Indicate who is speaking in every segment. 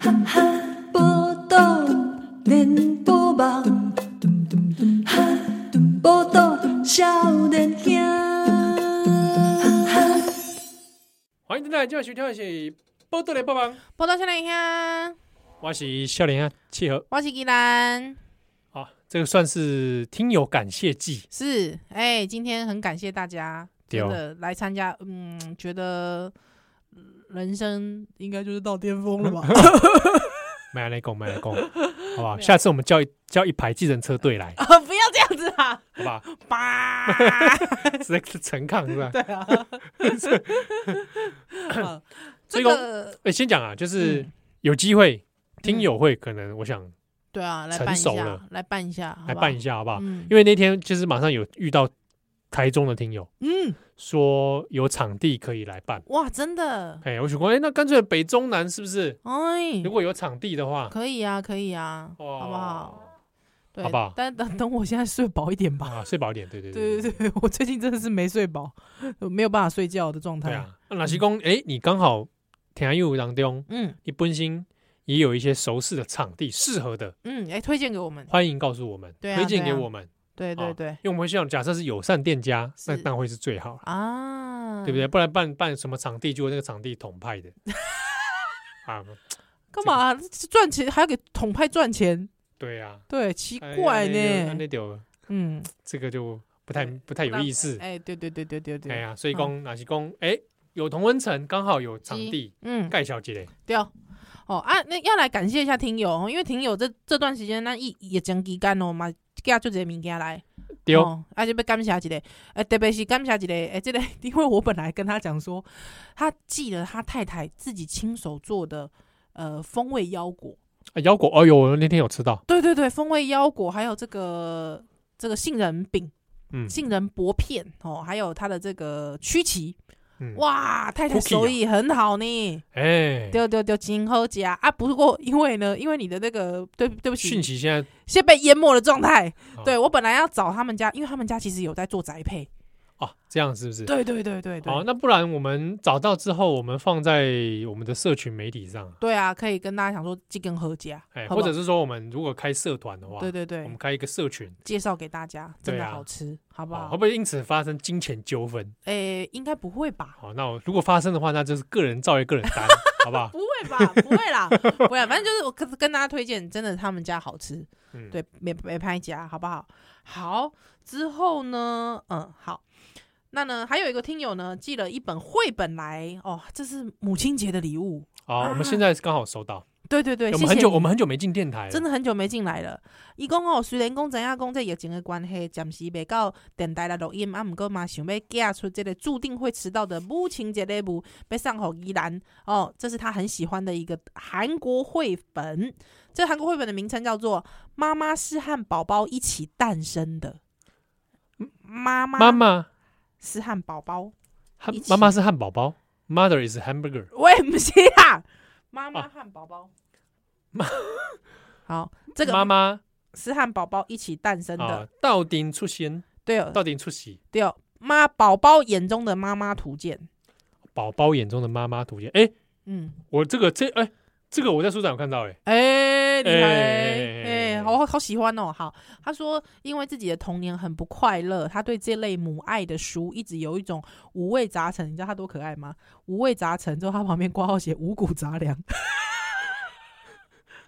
Speaker 1: 报道连波网，报道少年兄。
Speaker 2: 欢迎回来，今晚收听的是《波多的帮忙》，
Speaker 3: 报道小林兄，
Speaker 2: 我是笑脸啊，契合
Speaker 3: 我是吉兰，
Speaker 2: 啊，这个算是听友感谢季，
Speaker 3: 是哎、今天很感谢大家，
Speaker 2: 对
Speaker 3: 真
Speaker 2: 哦
Speaker 3: 的来参加，嗯，觉得嗯人生应该就是到巅 峰了吧？
Speaker 2: 买来讲，买 来讲，好吧，
Speaker 3: 没有
Speaker 2: 下次我们叫一叫一排计程车队来，
Speaker 3: 啊不要这样子 啊！
Speaker 2: 好吧，
Speaker 3: 叭，
Speaker 2: 直接是陈抗是吧？
Speaker 3: 对 啊，啊
Speaker 2: 所
Speaker 3: 这
Speaker 2: 以说
Speaker 3: 个
Speaker 2: 哎，先讲啊，就是
Speaker 3: 嗯
Speaker 2: 有机会听友会，可能我想
Speaker 3: 对啊，来
Speaker 2: 成
Speaker 3: 办一
Speaker 2: 熟
Speaker 3: 下
Speaker 2: 了，
Speaker 3: 来办一下，好
Speaker 2: 来
Speaker 3: 不
Speaker 2: 办
Speaker 3: 好
Speaker 2: 一，下，嗯好不好？
Speaker 3: 嗯
Speaker 2: 因为那天就是马上有遇到台中的听友
Speaker 3: 嗯，
Speaker 2: 说有场地可以来办，
Speaker 3: 哇，真的，
Speaker 2: 哎，我想说，哎，那干脆北中南是不是？
Speaker 3: 哎
Speaker 2: 如，果有场地的话，
Speaker 3: 可以啊，可以啊，
Speaker 2: 哦
Speaker 3: 好不好？？对
Speaker 2: 好不好
Speaker 3: 但等等，我现在睡饱一点吧。
Speaker 2: 啊，睡饱一点，对对
Speaker 3: 对对对，我最近真的是没睡饱，没有办法睡觉的状态。
Speaker 2: 对啊，那是讲，哎、你刚好田友当中，
Speaker 3: 嗯
Speaker 2: 你本身也有一些熟识的场地，适合的，
Speaker 3: 嗯，哎、推荐给我们。
Speaker 2: 欢迎告诉我们，
Speaker 3: 对啊
Speaker 2: 推荐给
Speaker 3: 对啊
Speaker 2: 我们，
Speaker 3: 对对
Speaker 2: 啊
Speaker 3: 对
Speaker 2: 因为我们会希望假设是友善店家，那
Speaker 3: 是
Speaker 2: 那会是最好了，
Speaker 3: 啊，
Speaker 2: 对不对？？不然办办什么场地，结果那个场地统派 的啊，
Speaker 3: 干嘛啊赚钱还要给统派赚钱？
Speaker 2: 对啊，
Speaker 3: 对，奇
Speaker 2: 哎
Speaker 3: 怪呢、
Speaker 2: 那就
Speaker 3: 嗯，
Speaker 2: 这个就不太
Speaker 3: 对
Speaker 2: 不太有
Speaker 3: 那
Speaker 2: 意思，
Speaker 3: 哎、对对对对对对。
Speaker 2: 哎呀，所以讲哪是讲，哎，有同温层刚好有场
Speaker 3: 是
Speaker 2: 地，
Speaker 3: 嗯，
Speaker 2: 盖小姐嘞，
Speaker 3: 对哦。哦啊，那要来感谢一下听友哦，因为听友这这段时间那疫疫情期间哦嘛，寄就这些物件来，
Speaker 2: 丢、
Speaker 3: 哦，啊，就被感谢一个，呃，特别是感谢一个，诶、这个， 因为我本来跟他讲说，他寄了他太太自己亲手做的，呃，风味腰果，
Speaker 2: 啊腰果，哎呦，我那天有吃到，
Speaker 3: 对对对，风味腰果，还有这个这个杏仁饼、
Speaker 2: 嗯
Speaker 3: 杏仁薄片哦，还有他的这个曲奇，
Speaker 2: 嗯，
Speaker 3: 哇，太太
Speaker 2: Cookie
Speaker 3: 手艺很好呢，
Speaker 2: 哎，
Speaker 3: 对对对，金喝家啊，不过因为呢，因为你的那个，对对不
Speaker 2: 讯
Speaker 3: 起，
Speaker 2: 息现在
Speaker 3: 先被淹没的状态，
Speaker 2: 哦
Speaker 3: 对我本来要找他们家，因为他们家其实有在做宅配。
Speaker 2: 哦，这样是不是？
Speaker 3: 对对对对对。
Speaker 2: 好，那不然我们找到之后，我们放在我们的社群媒体上，
Speaker 3: 对啊，可以跟大家讲说这根合家，
Speaker 2: 哎，或
Speaker 3: 好不好
Speaker 2: 者是说我们如果开社团的话，
Speaker 3: 对对
Speaker 2: 我
Speaker 3: 对
Speaker 2: 们，开一个社群，
Speaker 3: 介绍给大家，真
Speaker 2: 对
Speaker 3: 的
Speaker 2: 啊
Speaker 3: 好吃，好不
Speaker 2: 哦
Speaker 3: 好
Speaker 2: 会？不会因此发生金钱纠纷？
Speaker 3: 诶，应该不会吧？
Speaker 2: 好，那我如果发生的话，那就是个人造业个人担，好不 好？
Speaker 3: 不会吧？不会 啦，不会啦，反正就是我跟跟大家推荐，真的他们家好吃，
Speaker 2: 嗯，
Speaker 3: 对，没没拍家，好不好？好，之后呢，嗯，好。那呢，还有一个听友呢，寄了一本绘本来哦，这是母亲节的礼物。
Speaker 2: 好，我们
Speaker 3: 啊
Speaker 2: 现在刚好收到，
Speaker 3: 对对对，
Speaker 2: 我
Speaker 3: 谢
Speaker 2: 们很
Speaker 3: 谢
Speaker 2: 久
Speaker 3: 你
Speaker 2: 我们很久没进电台了，
Speaker 3: 真的很久没进来了。伊讲哦，虽然讲知影讲这疫情的关系，暂时袂到电台来录音，啊，毋过嘛想要寄出这个注定会迟到的母亲节礼物，要送互依兰哦，这是他很喜欢的一个韩国绘本。这韩国绘本的名称叫做《妈妈是和宝宝一起诞生的》，妈妈
Speaker 2: 妈妈
Speaker 3: 是和宝宝，
Speaker 2: 汉
Speaker 3: 一起
Speaker 2: 妈妈是汉堡包，Mother is hamburger，
Speaker 3: 喂，不是啦，妈妈
Speaker 2: 啊
Speaker 3: 和宝宝。
Speaker 2: 妈
Speaker 3: 好，这个
Speaker 2: 妈妈
Speaker 3: 是和宝宝一起诞生的
Speaker 2: 啊，，到顶出现，
Speaker 3: 对哦，
Speaker 2: 到顶出席，
Speaker 3: 对哦，妈宝宝眼中的妈妈图鉴，
Speaker 2: 宝宝眼中的妈妈图鉴，哎，
Speaker 3: 嗯，
Speaker 2: 我这个这哎，这个我在书展有看到，哎，
Speaker 3: 哎、厉害，
Speaker 2: 哎
Speaker 3: 哎、好好喜欢哦。好，他说因为自己的童年很不快乐，他对这类母爱的书一直有一种五味杂陈。你知道他多可爱吗？五味杂陈之后，他旁边挂号写五谷杂粮。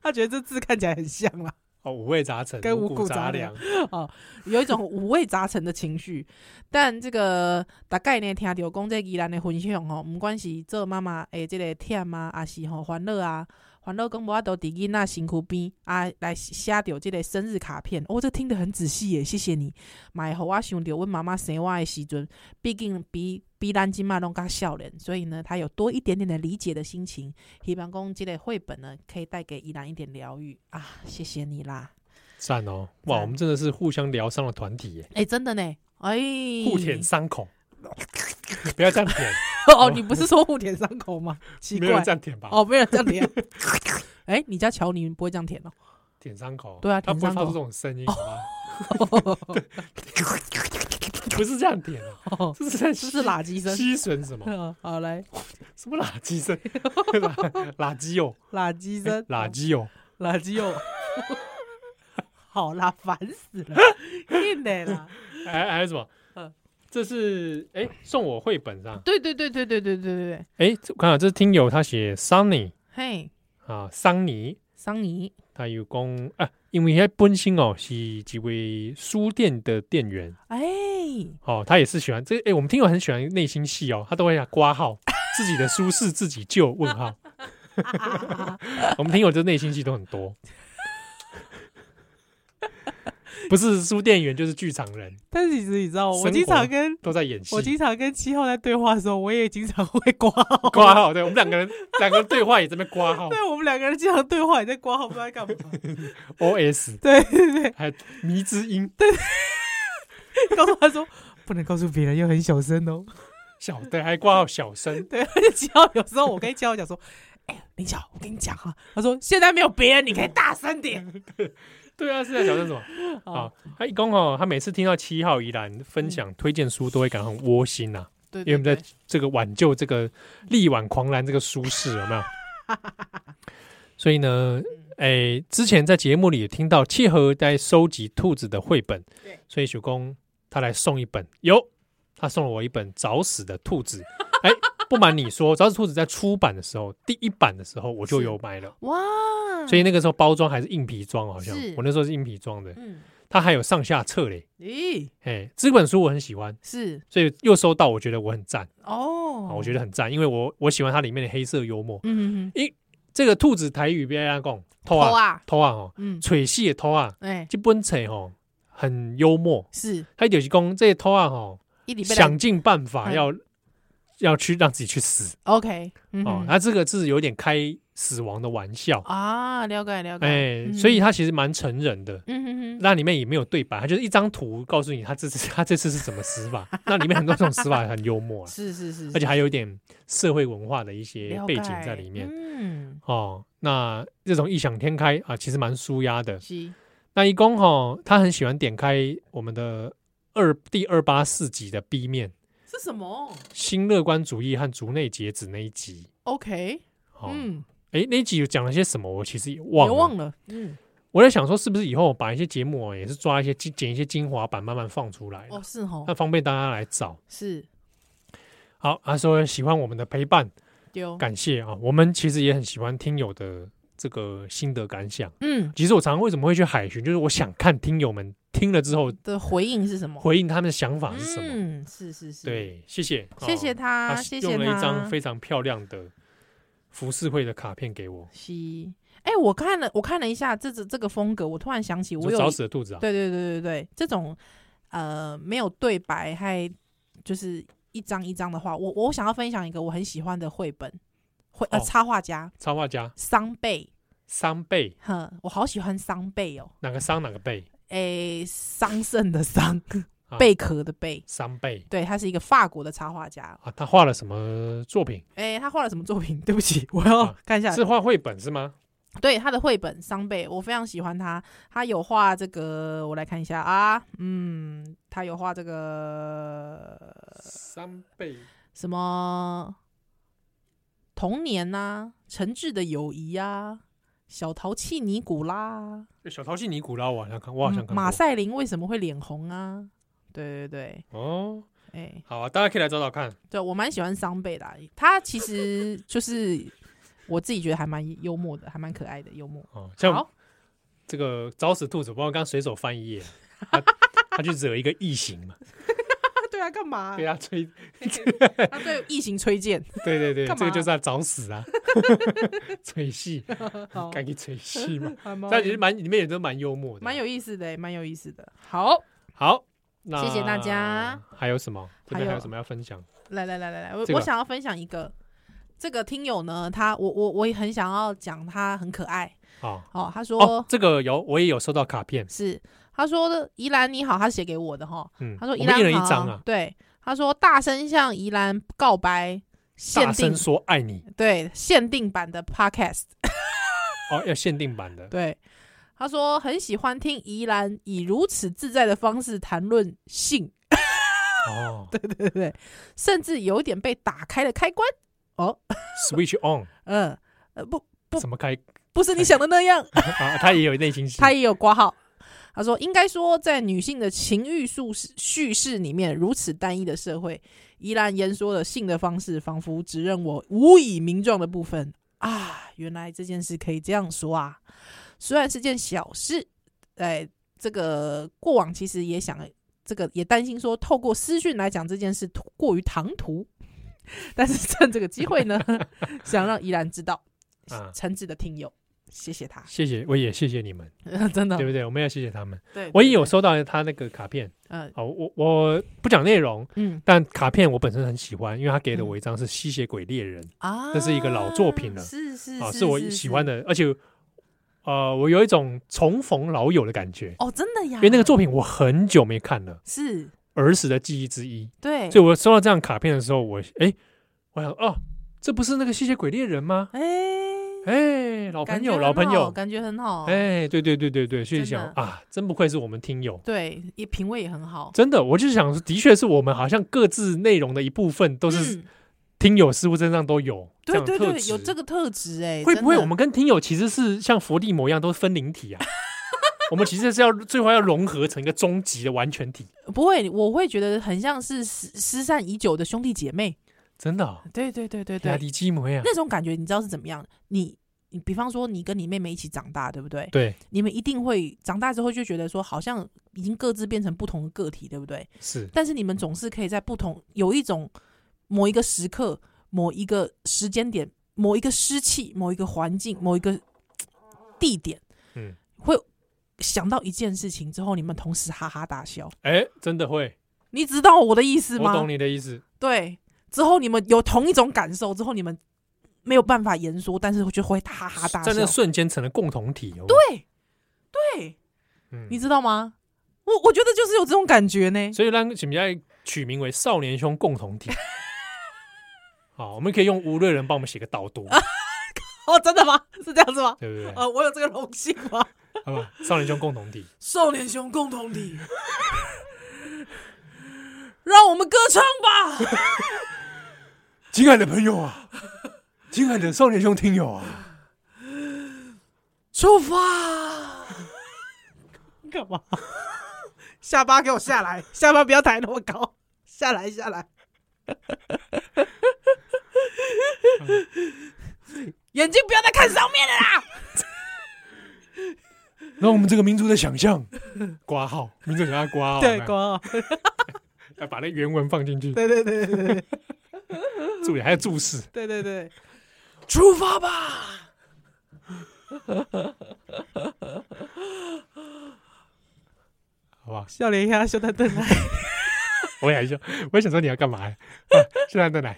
Speaker 3: 他觉得这字看起来很像啦，
Speaker 2: 哦，五味杂陈，
Speaker 3: 跟
Speaker 2: 五
Speaker 3: 五
Speaker 2: 谷
Speaker 3: 谷
Speaker 2: 杂
Speaker 3: 杂
Speaker 2: 粮
Speaker 3: 粮，有一种五味杂陈的情绪。但这个大概呢，听到讲这宜兰的分享吼，哦不管是做妈妈诶，这个忝啊，还是吼烦恼啊，烦恼讲无法度伫囡仔身躯边啊，来写着这个生日卡片。哦，这听得很仔细耶，谢谢你，买互我想着阮妈妈生我的时阵，毕竟比比咱今嘛拢较少年，所以呢，他有多一点点的理解的心情。希望讲这个绘本呢，可以带给宜兰一点疗愈啊，谢谢你啦。
Speaker 2: 赞哦！哇，
Speaker 3: 赞
Speaker 2: 我们真的是互相疗伤的团体耶，
Speaker 3: 哎、真的呢，哎，
Speaker 2: 互舔伤口，不要这样舔，
Speaker 3: 哦，你不是说互舔伤口 吗？ 奇
Speaker 2: 没有
Speaker 3: 怪
Speaker 2: 人这，样舔吧？
Speaker 3: 哦，没有人这样 舔。哎、你家乔尼不会这样舔哦。
Speaker 2: 舔伤口，
Speaker 3: 对啊
Speaker 2: 他
Speaker 3: 舔
Speaker 2: 不会发
Speaker 3: 伤
Speaker 2: 出
Speaker 3: 口
Speaker 2: 这种声音，好吧？ 不是这样点的，
Speaker 3: 哦，
Speaker 2: 这是在
Speaker 3: 这是哦垃圾声。 嗯
Speaker 2: 吸吮什么
Speaker 3: 好来，
Speaker 2: 什么垃圾 声，垃垃圾哦，
Speaker 3: 垃圾
Speaker 2: 哎
Speaker 3: 声，
Speaker 2: 垃圾哦，
Speaker 3: 垃圾 哦。好啦，烦死了，硬的啦。
Speaker 2: 还还有什么
Speaker 3: 嗯？
Speaker 2: 这是哎送我绘本上，
Speaker 3: 对对对对对对对对对，
Speaker 2: 哎，这我看到这是听友他写 Sunny
Speaker 3: 嘿，
Speaker 2: 啊，桑尼，
Speaker 3: 桑尼，
Speaker 2: 他有讲啊，因为他本身哦是一位书店的店员
Speaker 3: 哎，
Speaker 2: 哦，他也是喜欢这哎、诶我们听友很喜欢内心戏哦，他都会讲挂号自己的书是自己救问号， 我们听友这内心戏都很多，不是书店员就是剧场人
Speaker 3: 但是其实你知道，
Speaker 2: 生
Speaker 3: 我
Speaker 2: 活
Speaker 3: 经常跟
Speaker 2: 都在演戏
Speaker 3: 我，经常跟七号在对话的时候，我也经常会挂号。
Speaker 2: 挂号，对我们两个人两个人对话也在那边挂号
Speaker 3: 对，我们两个人经常对话，也在挂号，不知道在干嘛。
Speaker 2: O S，
Speaker 3: 对对对，
Speaker 2: 还有迷之音
Speaker 3: 告 诉他说不能告诉别人，要很小声哦。
Speaker 2: 小对，还挂号小声，
Speaker 3: 对，而且七号有时候我跟七号讲说，哎、林小，我跟你讲哈、他说现在没有别人，你可以大声点。
Speaker 2: 对啊，是在小声什 么？啊，，他一共哦，他每次听到七号宜兰分享推荐书，都会感到很窝心呐、
Speaker 3: 嗯对
Speaker 2: 因为我们在这个挽救这个力挽狂澜这个舒适有没 有？所以
Speaker 3: 嗯
Speaker 2: 呢，诶、之前在节目里也听到契合在收集兔子的绘本
Speaker 3: 对，
Speaker 2: 所以许工他来送一本，有他送了我一本《找死的兔 子》哎，不瞒你说，《找死兔子》在出版的时候，第一版的时候我就是有买了，
Speaker 3: 哇，
Speaker 2: 所以那个时候包装还是硬皮装，好像
Speaker 3: 嗯是
Speaker 2: 我那时候是硬皮装的，
Speaker 3: 嗯，
Speaker 2: 它还有上下册嘞。
Speaker 3: 咦，
Speaker 2: 哎，这本书我很喜欢，
Speaker 3: 是
Speaker 2: 所以又收到，我觉得我很赞啊，
Speaker 3: 哦，
Speaker 2: 我觉
Speaker 3: 得，
Speaker 2: 得很赞，因为我我喜欢它里面的黑色幽默。
Speaker 3: 嗯，
Speaker 2: 这个兔子台语别人讲偷
Speaker 3: 头
Speaker 2: 啊
Speaker 3: 啊，
Speaker 2: 偷啊哦，
Speaker 3: 嗯，
Speaker 2: 吹戏的偷啊，
Speaker 3: 哎、
Speaker 2: 这本册哦很幽默，
Speaker 3: 是
Speaker 2: 它就是讲这些偷啊哦，
Speaker 3: 一礼拜
Speaker 2: 想尽办法
Speaker 3: 嗯
Speaker 2: 要要去让自己去死
Speaker 3: OK，嗯
Speaker 2: 哦
Speaker 3: 哼，
Speaker 2: 它这个是有点开死亡的玩笑，
Speaker 3: 啊，了解了解，
Speaker 2: 哎，
Speaker 3: 嗯
Speaker 2: 所以它其实蛮成人的。
Speaker 3: 嗯哼哼，
Speaker 2: 那里面也没有对白，它就是一张图告诉你他这次他这次是怎么死法。那里面很多这种死法很幽默啊，
Speaker 3: 是是是，
Speaker 2: 而且还有一点社会文化的一些
Speaker 3: 了
Speaker 2: 背景
Speaker 3: 解
Speaker 2: 在里面、
Speaker 3: 嗯，
Speaker 2: 哦。那这种异想天开啊，其实蛮舒压的。
Speaker 3: 是，
Speaker 2: 那一公哦，他很喜欢点开我们的二第二八四集的 B 面
Speaker 3: 是什么
Speaker 2: 新乐观主义和族内截止那一集。
Speaker 3: ？OK，
Speaker 2: 哦，哎、
Speaker 3: 嗯，
Speaker 2: 那一集有讲了些什么？我其实也
Speaker 3: 别
Speaker 2: 忘了。
Speaker 3: 忘了，嗯，
Speaker 2: 我在想说，是不是以后把一些节目哦，也是抓一些精剪一些精华版，慢慢放出来，
Speaker 3: 哦，是
Speaker 2: 哎
Speaker 3: 哦
Speaker 2: 那、，方便大家来找。
Speaker 3: 是
Speaker 2: 好，他说喜欢我们的陪伴，
Speaker 3: 丢，
Speaker 2: 感谢啊！我们其实也很喜欢听友的这个心得感想。
Speaker 3: 嗯，
Speaker 2: 其实我常常为什么会去海巡，就是我想看听友们听了之后
Speaker 3: 的回应是什么？
Speaker 2: 回应他们的想法是什么。
Speaker 3: 嗯，是是是，，
Speaker 2: 对，谢谢，哦
Speaker 3: 谢谢他，
Speaker 2: 他
Speaker 3: 谢谢
Speaker 2: 用
Speaker 3: 他。
Speaker 2: 了一张非常漂亮的服饰会的卡片给我，
Speaker 3: 是，哎、我看了，我看了一下这这这个风格，我突然想起
Speaker 2: 你
Speaker 3: 我
Speaker 2: 说
Speaker 3: 有
Speaker 2: 找
Speaker 3: 一，
Speaker 2: 死的兔子啊，
Speaker 3: 对对对对对，这种呃没有对白，还就是一张一张的画，我我想要分享一个我很喜欢的绘本，绘呃
Speaker 2: 哦
Speaker 3: 插画家
Speaker 2: 插画家
Speaker 3: 桑贝，
Speaker 2: 桑贝，
Speaker 3: 哼，我好喜欢桑贝哦，
Speaker 2: 哪个桑哪个贝？
Speaker 3: 哎、桑葚的桑
Speaker 2: 啊，
Speaker 3: 贝壳的贝。
Speaker 2: 桑贝
Speaker 3: 对，他是一个法国的插画家。
Speaker 2: 啊，他画了什么作品？
Speaker 3: 哎、他画了什么作品？ 对不起， 我要
Speaker 2: 啊
Speaker 3: 看一下。
Speaker 2: 是画绘本是吗？
Speaker 3: 对他的绘本《桑贝》，我非常喜欢他。他有画这个，我来看一下啊，嗯，他有画这个
Speaker 2: 桑贝
Speaker 3: 什么童年呐、诚挚的友谊啊，小淘气尼古拉啊，嗯
Speaker 2: 小淘气尼古拉，啊我好像看，我好像看过
Speaker 3: 马赛琳为什么会脸红啊？对对对，
Speaker 2: 哦，
Speaker 3: 哎、
Speaker 2: 好啊，大家可以来找找看。
Speaker 3: 对我蛮喜欢桑贝的啊、他其实 就是我自己觉得还蛮幽默的，还蛮可爱的幽默。
Speaker 2: 哦，像
Speaker 3: 好，
Speaker 2: 这个找死兔子，包括刚刚随手翻一 页，他他就惹一个异形嘛，
Speaker 3: 对啊，干 嘛
Speaker 2: 被？他吹，
Speaker 3: 他啊对异形推荐。
Speaker 2: 对对对，
Speaker 3: 干嘛啊
Speaker 2: 这个就是他找死啊， 吹戏，
Speaker 3: 好
Speaker 2: 该去吹戏 嘛。
Speaker 3: 还蛮
Speaker 2: 但其实蛮里面也都蛮幽默的，
Speaker 3: 蛮有意思的欸，蛮有意思的。好，
Speaker 2: 好。那
Speaker 3: 谢谢大家。
Speaker 2: 还有什么？这边
Speaker 3: 还有
Speaker 2: 还有什么要分享？
Speaker 3: 来来来来来，我、
Speaker 2: 这个
Speaker 3: 我想要分享一个，这个听友呢，他我我我也很想要讲，他很可爱
Speaker 2: 哦
Speaker 3: 哦。他说、
Speaker 2: 哦，这个有我也有收到卡片，
Speaker 3: 是，他说的宜兰你好，他写给我的哈。
Speaker 2: 嗯，
Speaker 3: 他说
Speaker 2: 我
Speaker 3: 宜
Speaker 2: 们
Speaker 3: 兰
Speaker 2: 一人一
Speaker 3: 好
Speaker 2: 张啊，
Speaker 3: 对，他说大声向宜兰告白，限
Speaker 2: 大
Speaker 3: 定
Speaker 2: 声说爱你
Speaker 3: 对限定版的 podcast，
Speaker 2: 哦，要限定版的，
Speaker 3: 对。他说很喜欢听宜兰以如此自在的方式谈论性，
Speaker 2: 哦
Speaker 3: 对不对？甚至有一点被打开的开关。哦，
Speaker 2: ，Switch on
Speaker 3: 嗯，呃，不，不
Speaker 2: 怎么开
Speaker 3: 不
Speaker 2: 哎
Speaker 3: 是你想的那样。
Speaker 2: 啊？他也有内心戏，
Speaker 3: 他也有挂号。他说：“应该说，在女性的情欲叙事叙事里面，如此单一的社会，依然言说了性的方式，仿佛指认我无以名状的部分啊！原来这件事可以这样说啊！虽然是件小事，哎，这个过往其实也想，这个也担心说，透过私讯来讲这件事突过于唐突， 但是趁这个机会呢，想让依然知道
Speaker 2: 啊，
Speaker 3: 诚挚的听友，谢谢他，
Speaker 2: 谢谢，我也谢谢你们，
Speaker 3: 真的
Speaker 2: 对不对？我们要谢谢他们。
Speaker 3: 对，
Speaker 2: 我也
Speaker 3: 对
Speaker 2: 有
Speaker 3: 对
Speaker 2: 收到他那个卡片，
Speaker 3: 嗯
Speaker 2: 哦，我我不讲内容，
Speaker 3: 嗯
Speaker 2: 但卡片我本身很喜欢，因为他给了我一张是《吸血鬼猎人》
Speaker 3: 啊，
Speaker 2: 这是一个老作品了
Speaker 3: 是是
Speaker 2: 啊，是我喜欢的，而且呃，我有一种重逢老友的感觉，
Speaker 3: 哦，真的呀，
Speaker 2: 因为那个作品我很久没看了，
Speaker 3: 是
Speaker 2: 儿时的记忆之一，
Speaker 3: 对，
Speaker 2: 所以我收到这张卡片的时候，我哎，我想哦，这不是那个吸血鬼猎人吗？
Speaker 3: 哎，
Speaker 2: 哎，老朋
Speaker 3: 感觉
Speaker 2: 友，
Speaker 3: 很
Speaker 2: 老朋
Speaker 3: 好
Speaker 2: 友，
Speaker 3: 感觉很好，
Speaker 2: 哎，对对对对对，所以
Speaker 3: 哦真
Speaker 2: 想
Speaker 3: 的
Speaker 2: 啊，真不愧是我们听友。
Speaker 3: 对，也品味也很好，
Speaker 2: 真的，我就想说，的确是我们好像各自内容的一部分，都是
Speaker 3: 嗯
Speaker 2: 听友似乎身上都有这
Speaker 3: 对
Speaker 2: 样的
Speaker 3: 对
Speaker 2: 特
Speaker 3: 对，
Speaker 2: 质。
Speaker 3: 有这个特质哎，
Speaker 2: 会不会
Speaker 3: 真的
Speaker 2: 我们跟听友其实是像佛地魔一样都是分灵 体啊？我们其实是要最后要融合成一个终极的完全体，
Speaker 3: 不会？我会觉得很像是失失散已久的兄弟姐妹，
Speaker 2: 真的、哦。
Speaker 3: 对对对对
Speaker 2: 亚
Speaker 3: 对，
Speaker 2: 迪基摩呀，
Speaker 3: 那种感觉你知道是怎么样？你你比方说你跟你妹妹一起长大，对不对？
Speaker 2: 对，
Speaker 3: 你们一定会长大之后就觉得说，好像已经各自变成不同的个体，对不对？
Speaker 2: 是
Speaker 3: 但是你们总是可以在不同有一种某一个时刻、某一个时间点、某一个湿气、某一个环境、某一个嘖地点，
Speaker 2: 嗯，
Speaker 3: 会想到一件事情之后，你们同时哈哈大笑。
Speaker 2: 哎，真的会，
Speaker 3: 你知道我的意思
Speaker 2: 我
Speaker 3: 吗
Speaker 2: 懂？你的意思，
Speaker 3: 对，之后你们有同一种感受之后，你们没有办法言说，但是就会哈哈大
Speaker 2: 在
Speaker 3: 笑
Speaker 2: 那。瞬间成了共同体。对，
Speaker 3: 对，对，
Speaker 2: 嗯
Speaker 3: 你知道吗？我我觉得就是有这种感觉呢。
Speaker 2: 所以让请家取名为“少年兄共同体”。好，我们可以用吴瑞仁帮我们写个导
Speaker 3: 啊
Speaker 2: 读，
Speaker 3: 哦，真的吗？ 是这样子吗？
Speaker 2: 对不对？
Speaker 3: 呃，我有这个荣幸吗？
Speaker 2: 好吧，少年兄共同体。
Speaker 3: 少年兄共同体，让我们歌唱吧！
Speaker 2: 亲爱的朋友啊，亲爱的少年兄听友啊，
Speaker 3: 出发！ 干嘛？下巴给我下来，下巴不要抬那么高，下来下 来。眼睛不要再看上面了啦！
Speaker 2: 让我们这个民族的想象挂号，民族想象挂号，有没有
Speaker 3: 哥，
Speaker 2: 要把那原文放进去，
Speaker 3: 对对对对对
Speaker 2: 注意还有注释。
Speaker 3: 对对对，出发吧！
Speaker 2: 好吧，
Speaker 3: 笑脸鸭，笑蛋蛋来。
Speaker 2: 我也想，我也想说你要干嘛、欸？现在再来，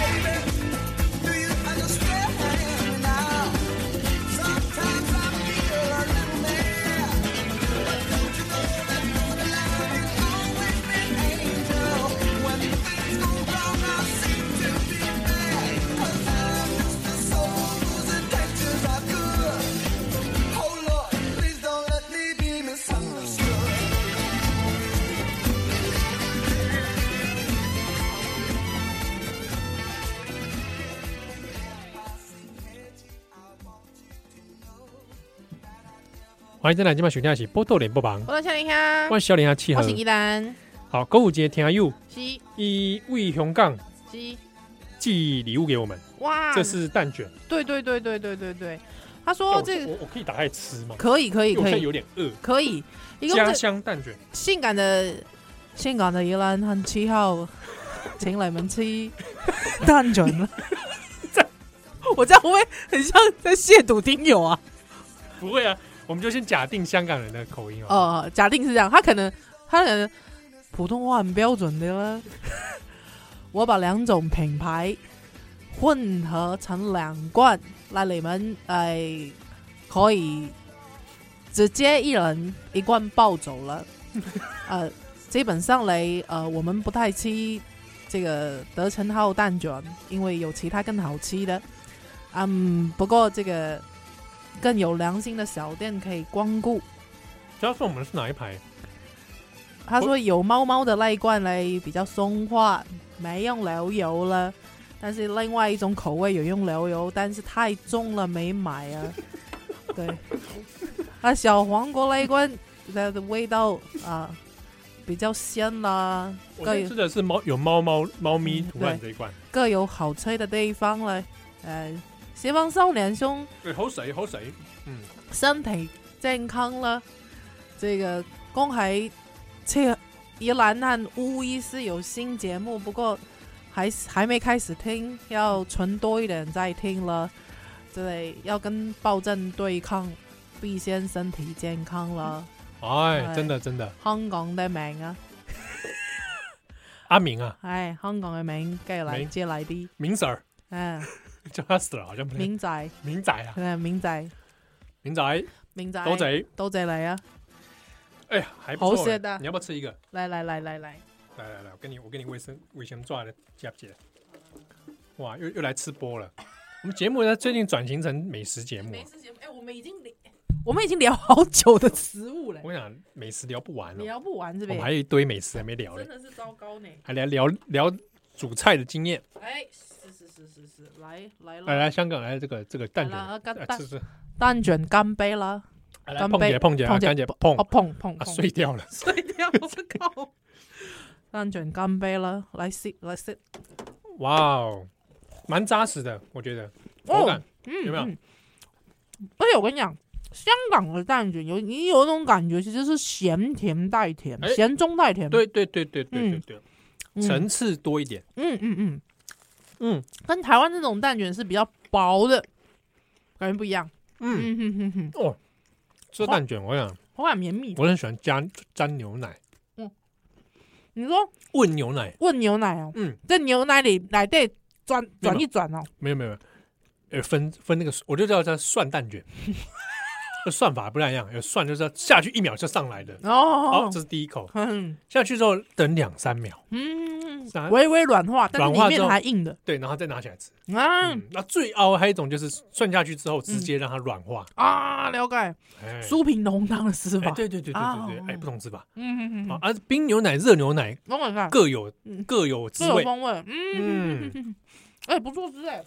Speaker 4: Do you understand now? Sometimes I feel a little mad, but don't you know that moonlight has always been angel? When things go wrong, I seem to be mad 'cause I'm just a soul whose intentions are good. Oh Lord, please don't let me be misunderstood. I secret, I want you to know.
Speaker 2: 欢迎再来，今晚选听的是波多连波榜，
Speaker 3: 我到笑脸鸭，
Speaker 2: 我是小林阿七
Speaker 3: 我
Speaker 2: 和
Speaker 3: 是。依兰，
Speaker 2: 好，购物节听友
Speaker 3: 是
Speaker 2: 伊为香港
Speaker 3: 是
Speaker 2: 寄礼物给我们，
Speaker 3: 哇，
Speaker 2: 这是蛋卷。
Speaker 3: 对对对对对对对，他
Speaker 2: 哎
Speaker 3: 说
Speaker 2: 我
Speaker 3: 哦这个
Speaker 2: 我我可以打开吃吗？
Speaker 3: 可以可以
Speaker 2: 因为我
Speaker 3: 可
Speaker 2: 现在
Speaker 3: 以
Speaker 2: 有点饿。
Speaker 3: 可以，一共
Speaker 2: 家
Speaker 3: 这
Speaker 2: 乡蛋卷，
Speaker 3: 性感的性感的宜兰和七号，请你 们吃蛋卷了。 我这样会不会很像在亵渎听友啊？
Speaker 2: 不会啊，我们就先假定香港人的口音哦。
Speaker 3: 哦，假定是这样，他可能他可能普通话很标准的啦。 我把两种品牌混合成两罐，那你们哎、可以直接一人一罐抱走了。呃，基本上嘞，呃，我们不太吃这个德成号蛋卷，因为有其他更好吃的。嗯，不过这个更有良心的小店可以光顾。
Speaker 2: 不要说我们是哪一排，
Speaker 3: 他说有猫猫的那一罐嘞比较松化，没用牛油了。但是另外一种口味有用牛油，但是太重了没买啊。对，啊小黄瓜那一罐它的味道啊比较鲜啦，
Speaker 2: 我
Speaker 3: 各
Speaker 2: 现在
Speaker 3: 有
Speaker 2: 吃的是猫有猫猫猫咪图案
Speaker 3: 嗯
Speaker 2: 这一罐。
Speaker 3: 各有好吃的地方嘞。呃，希望少年兄
Speaker 2: 对，好水好水，
Speaker 3: 身体健康啦。这个恭喜这宜兰和乌医师有新节目，不过还是还没开始听，要存多一点再听了。这里要跟暴政对抗，必先身体健康了。
Speaker 2: 哎，
Speaker 3: 哎
Speaker 2: 真的真的，
Speaker 3: 香港的名啊，
Speaker 2: 阿明啊，
Speaker 3: 唉，香港嘅名梗系嚟
Speaker 2: 明
Speaker 3: 接嚟 啲，
Speaker 2: 明 Sir
Speaker 3: 嗯，
Speaker 2: 叫他死了，好像不太
Speaker 3: 明仔，
Speaker 2: 明仔啊，
Speaker 3: 嗯，明仔，
Speaker 2: 明仔
Speaker 3: 明仔，
Speaker 2: 多，贼，
Speaker 3: 多谢你啊！
Speaker 2: 哎呀，还不
Speaker 3: 好
Speaker 2: 错
Speaker 3: 吃
Speaker 2: 哎
Speaker 3: 的。
Speaker 2: 你要不要吃一个？
Speaker 3: 来来来来来，
Speaker 2: 来来来，我给你，我给你卫生卫生抓的夹姐。哇，又又来吃播了。我们节目呢最近转型成美食节目，
Speaker 3: 事节目，哎，我们已经聊，我们已经聊好久的食物了
Speaker 2: 我想美食聊不完了，
Speaker 3: 聊不完这
Speaker 2: 我们
Speaker 3: 边，
Speaker 2: 还有一堆美食还没聊
Speaker 3: 真
Speaker 2: 嘞，
Speaker 3: 的是糟糕呢。
Speaker 2: 还来聊聊煮菜的经验。
Speaker 3: 哎，是是是是是，来
Speaker 2: 来
Speaker 3: 来了，
Speaker 2: 来，香港来这个这个蛋卷，
Speaker 3: 来了干
Speaker 2: 呃
Speaker 3: 蛋
Speaker 2: 吃吃，
Speaker 3: 蛋卷干杯啦！
Speaker 2: 来来
Speaker 3: 干
Speaker 2: 碰姐
Speaker 3: 杯
Speaker 2: 碰姐啊，
Speaker 3: 碰姐
Speaker 2: 干姐碰
Speaker 3: 哦，碰碰
Speaker 2: 啊，
Speaker 3: 碰，
Speaker 2: 碎掉了。
Speaker 3: 碎掉，我靠！蛋卷干杯啦！来 sit 来 sit，
Speaker 2: 哇哦，蛮扎实的，我觉得口感
Speaker 3: 嗯，
Speaker 2: 有没有
Speaker 3: 嗯？而且我跟你讲，香港的蛋卷有你有一种感觉，其实是咸甜带甜
Speaker 2: 哎，
Speaker 3: 咸中带甜。
Speaker 2: 对对对对对
Speaker 3: 嗯
Speaker 2: 对对，
Speaker 3: 嗯，
Speaker 2: 层次多一点。
Speaker 3: 嗯嗯嗯，
Speaker 2: 嗯
Speaker 3: 跟台湾那种蛋卷是比较薄的，感觉不一样。
Speaker 2: 嗯，
Speaker 3: 嗯哼哼哼，
Speaker 2: 哦，这蛋卷我想
Speaker 3: 口感绵密。
Speaker 2: 我很喜欢加沾牛奶。
Speaker 3: 你说
Speaker 2: 问牛奶，
Speaker 3: 问牛奶哦，
Speaker 2: 嗯，
Speaker 3: 在牛奶里奶袋转
Speaker 2: 有
Speaker 3: 转一转哦，
Speaker 2: 没有没有，没有呃，分分那个，我就叫它蒜蛋卷， 这算法不太一样，有蒜就是要下去一秒就上来的，好、
Speaker 3: 哦
Speaker 2: 这，是第一口，
Speaker 3: 嗯
Speaker 2: 下去之后等两三秒，
Speaker 3: 嗯，
Speaker 2: 啥
Speaker 3: 微微软化，但
Speaker 2: 软
Speaker 3: 是
Speaker 2: 化
Speaker 3: 里
Speaker 2: 之后
Speaker 3: 面还硬的，
Speaker 2: 对，然后再拿起来吃。
Speaker 3: 啊
Speaker 2: 嗯，那最凹还有一种就是涮下去之后直接让它软化，
Speaker 3: 啊，了解，
Speaker 2: 哎
Speaker 3: 嗯酥皮浓汤的吃
Speaker 2: 哎
Speaker 3: 法，
Speaker 2: 对对对对对对，
Speaker 3: 啊
Speaker 2: 哎，不同吃法
Speaker 3: 嗯嗯
Speaker 2: 啊
Speaker 3: 嗯，，
Speaker 2: 啊，冰牛奶、热牛奶
Speaker 3: 等我一下，
Speaker 2: 各有
Speaker 3: 嗯
Speaker 2: 各有
Speaker 3: 各
Speaker 2: 滋
Speaker 3: 有
Speaker 2: 味，
Speaker 3: 风味，嗯
Speaker 2: 嗯，
Speaker 3: 哎，不错吃哎，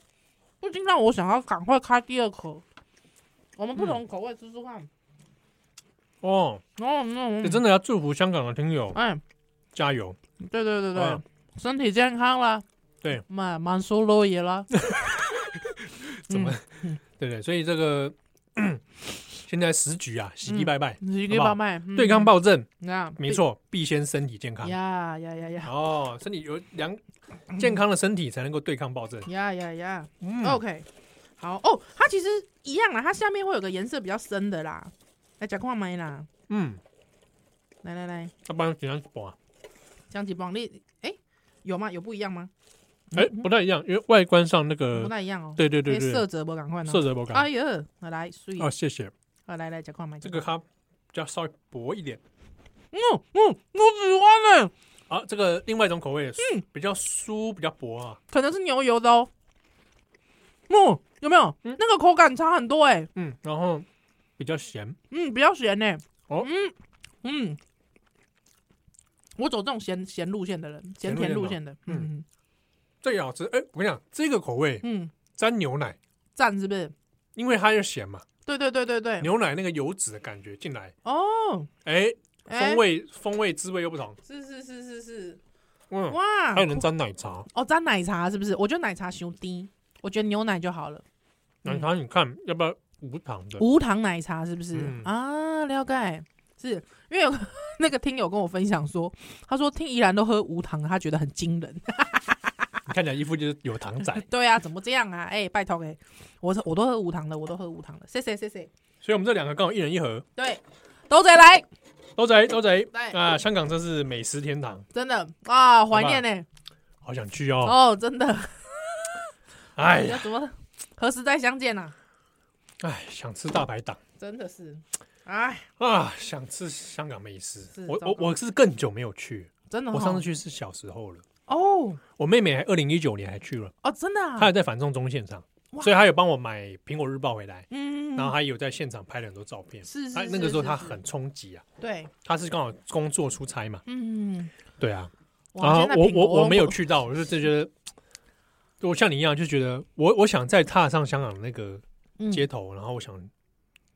Speaker 3: 不禁让我想要赶快开第二口，我们不同口味吃吃看，
Speaker 2: 哦，
Speaker 3: 哦，
Speaker 2: 也
Speaker 3: 嗯 嗯，
Speaker 2: 真的要祝福香港的听友
Speaker 3: 哎，
Speaker 2: 加油，
Speaker 3: 对对对对
Speaker 2: 嗯，
Speaker 3: 身体健康啦，
Speaker 2: 对，
Speaker 3: 满满书乐也啦， 嗯
Speaker 2: 怎么对对，所以这个 现在时局啊，喜提
Speaker 3: 嗯
Speaker 2: 拜拜，
Speaker 3: 你
Speaker 2: 好
Speaker 3: 给
Speaker 2: 不好
Speaker 3: 爸卖
Speaker 2: 对抗，暴政。
Speaker 3: 嗯啊，
Speaker 2: 没错，必先身体健康
Speaker 3: 对，。呀呀呀呀
Speaker 2: 哦，身体有良健康的身体才能够对抗暴政。
Speaker 3: 呀呀呀
Speaker 2: 嗯，
Speaker 3: ，OK，好哦，它其实一样啦，它下面会有个颜色比较深的啦，来讲看麦啦，
Speaker 2: 嗯，
Speaker 3: 来来来，
Speaker 2: 要不然怎样拔？
Speaker 3: 这样子帮你，哎，有吗？有不一样吗？嗯
Speaker 2: 哎，不太一样，因为外观上那
Speaker 3: 不
Speaker 2: 个，
Speaker 3: 太一样哦，
Speaker 2: 呃对对对
Speaker 3: 诶
Speaker 2: 对，
Speaker 3: 色泽不赶快呢，
Speaker 2: 色泽不感
Speaker 3: 哎。呦，来来，水，
Speaker 2: 哦，谢谢，
Speaker 3: 啊来来讲看麦，
Speaker 2: 这个它
Speaker 3: 好，
Speaker 2: 比较稍微薄一点。
Speaker 3: 嗯嗯，我喜欢呢，
Speaker 2: 啊，这个另外一种口味，
Speaker 3: 嗯
Speaker 2: 比较酥，比较薄啊。
Speaker 3: 可能是牛油的哦，嗯，有没有？
Speaker 2: 嗯
Speaker 3: 那个口感差很多哎，
Speaker 2: 嗯，然后比较咸。
Speaker 3: 嗯，比较咸呢、
Speaker 2: 哦
Speaker 3: 嗯嗯，我走这种咸咸路线的人，
Speaker 2: 咸
Speaker 3: 咸
Speaker 2: 路线
Speaker 3: 甜路
Speaker 2: 吗
Speaker 3: 线的，嗯
Speaker 2: 这个也好吃。哎，我跟你讲，这个口味
Speaker 3: 嗯，
Speaker 2: 沾牛奶，
Speaker 3: 赞是不是？
Speaker 2: 因为它又咸嘛，
Speaker 3: 对对对对对，
Speaker 2: 牛奶那个油脂的感觉进来，
Speaker 3: 哦，
Speaker 2: 哎，
Speaker 3: 哎
Speaker 2: 风味风味滋味又不同。
Speaker 3: 是是是是是，
Speaker 2: 嗯，
Speaker 3: 哇
Speaker 2: 还，有人沾奶茶，
Speaker 3: 哦，沾奶茶是不是？我觉得奶茶熊低，我觉得牛奶就好了。
Speaker 2: 奶茶你看要不要无糖的？
Speaker 3: 嗯无糖奶茶是不是、
Speaker 2: 嗯
Speaker 3: 啊？了解，是因为有那个 听友跟我分享说，他说听宜兰都喝无糖，他觉得很惊人。
Speaker 2: 你看起来一副就是有糖仔，
Speaker 3: 对啊，怎么这样啊？哎、拜托哎、我我都喝无糖的，我都喝无糖的，谢谢谢谢。
Speaker 2: 所以我们这两个刚好一人一盒，
Speaker 3: 对，都贼来，
Speaker 2: 都贼都贼
Speaker 3: 对
Speaker 2: 啊！香港真是美食天堂，
Speaker 3: 真的啊，怀念呢、
Speaker 2: 好想去哦！
Speaker 3: 哦，真的，
Speaker 2: 哎
Speaker 3: 要
Speaker 2: 呀，
Speaker 3: 怎么何时再相见啊？
Speaker 2: 哎，想吃大排档
Speaker 3: 真的是，哎，
Speaker 2: 啊，想吃香港美食
Speaker 3: 是。
Speaker 2: 我
Speaker 3: 糟
Speaker 2: 我
Speaker 3: 糕
Speaker 2: 我是更久没有去，
Speaker 3: 真的哦，
Speaker 2: 我上次去是小时候了。
Speaker 3: 哦
Speaker 2: 我妹妹还二零一九年还去了，
Speaker 3: 哦，真的、啊，
Speaker 2: 她还在反送中现场，
Speaker 3: 哇
Speaker 2: 所以她有帮我买《苹果日报》回来，
Speaker 3: 嗯，
Speaker 2: 然后她有在现场拍了很多照片。
Speaker 3: 是是
Speaker 2: 她
Speaker 3: 是
Speaker 2: 那个时候
Speaker 3: 是
Speaker 2: 她
Speaker 3: 是
Speaker 2: 很冲击啊，
Speaker 3: 对，
Speaker 2: 她是刚好工作出差嘛，
Speaker 3: 嗯，
Speaker 2: 对啊，
Speaker 3: 哇
Speaker 2: 然后
Speaker 3: 现在
Speaker 2: 我
Speaker 3: 苹果
Speaker 2: 我我
Speaker 3: 都
Speaker 2: 没有去到，我就就觉得，我像你一样就觉得我我想再踏上香港那个
Speaker 3: 嗯
Speaker 2: 街头，然后我想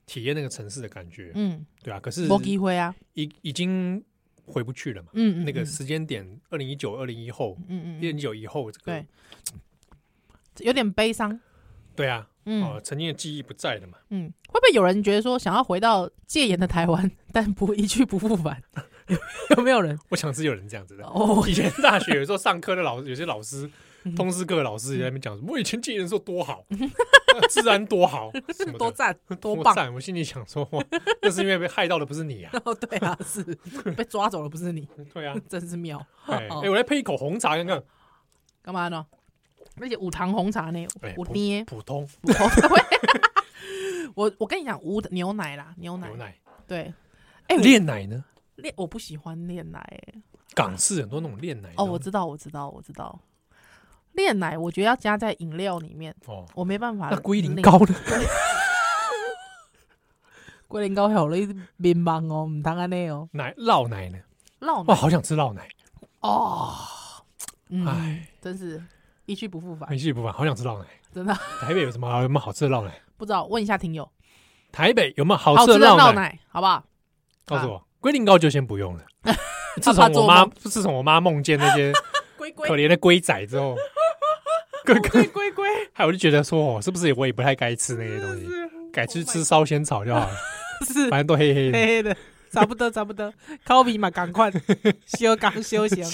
Speaker 2: 体验那个城市的感觉，
Speaker 3: 嗯，
Speaker 2: 对啊，可是
Speaker 3: 没机会啊，
Speaker 2: 已已经回不去了嘛，
Speaker 3: 嗯，嗯
Speaker 2: 那个
Speaker 3: 嗯
Speaker 2: 时间点二零一九二零一后
Speaker 3: 嗯嗯
Speaker 2: 二
Speaker 3: 嗯，
Speaker 2: 零一九以后这个
Speaker 3: 对有点悲伤。
Speaker 2: 对啊，哦
Speaker 3: 嗯
Speaker 2: 曾经的记忆不在了嘛。
Speaker 3: 嗯，会不会有人觉得说想要回到戒严的台湾， 但不一去不复返？ 有有没有人？
Speaker 2: 我想是有人这样子的。
Speaker 3: 哦，
Speaker 2: 以前大学有时候上课的老师，有些老师
Speaker 3: 嗯，
Speaker 2: 通识课的老师也在那边讲什么，我以前戒烟的时候多好， 治安多 好，什么的
Speaker 3: 多赞多
Speaker 2: 多
Speaker 3: 棒！
Speaker 2: 赞！我心里想说，哇，那是因为被害到的不是 你啊，
Speaker 3: 哦，对啊， 是被抓走了，不是你，
Speaker 2: 对啊，
Speaker 3: 真是妙。
Speaker 2: 哎，
Speaker 3: 哦
Speaker 2: 哎我来配一口红茶看看，
Speaker 3: 干嘛呢？而且无糖红茶呢
Speaker 2: 哎，
Speaker 3: 我
Speaker 2: 普
Speaker 3: 捏，
Speaker 2: 普通
Speaker 3: 我我跟你讲，无牛奶啦，牛奶
Speaker 2: 牛，奶，
Speaker 3: 对，哎，我
Speaker 2: 炼奶呢？
Speaker 3: 炼我不喜欢炼奶，哎
Speaker 2: 港式很多那种炼奶
Speaker 3: 哦，我
Speaker 2: 的
Speaker 3: 知道，我知道，我知道，炼奶我觉得要加在饮料里面，
Speaker 2: 哦，
Speaker 3: 我没办法。
Speaker 2: 那龟苓，膏呢？
Speaker 3: 龟苓膏有了一面盲哦，唔通安尼哦，
Speaker 2: 奶酪奶呢？
Speaker 3: 闹
Speaker 2: 哇，
Speaker 3: 奶
Speaker 2: 好想吃酪奶，
Speaker 3: 哦，嗯
Speaker 2: 哎，
Speaker 3: 真是一去不复返
Speaker 2: 没，戏不玩，好想吃酪奶。
Speaker 3: 真的
Speaker 2: 台北有什么好有没有好吃的酪奶？
Speaker 3: 不知道问一下听友，
Speaker 2: 台北有没有好
Speaker 3: 好
Speaker 2: 吃
Speaker 3: 吃的
Speaker 2: 酪
Speaker 3: 闹
Speaker 2: 奶？
Speaker 3: 奶好不好？
Speaker 2: 告诉我，龟苓膏就先不用了。 自
Speaker 3: 怕
Speaker 2: 从
Speaker 3: 做
Speaker 2: 我妈
Speaker 3: 梦
Speaker 2: 自从我妈梦见那些
Speaker 3: 龟 龟
Speaker 2: 可怜的龟仔之 后，哥哥，
Speaker 3: 龟龟，
Speaker 2: 还有我就觉得说，哦，是不是我也不太该吃那些东西，改去吃烧仙草就好了，
Speaker 3: 是
Speaker 2: 反正都黑黑
Speaker 3: 黑
Speaker 2: 的，
Speaker 3: 黑的，差不多差不多，烤皮嘛，赶快休刚休闲，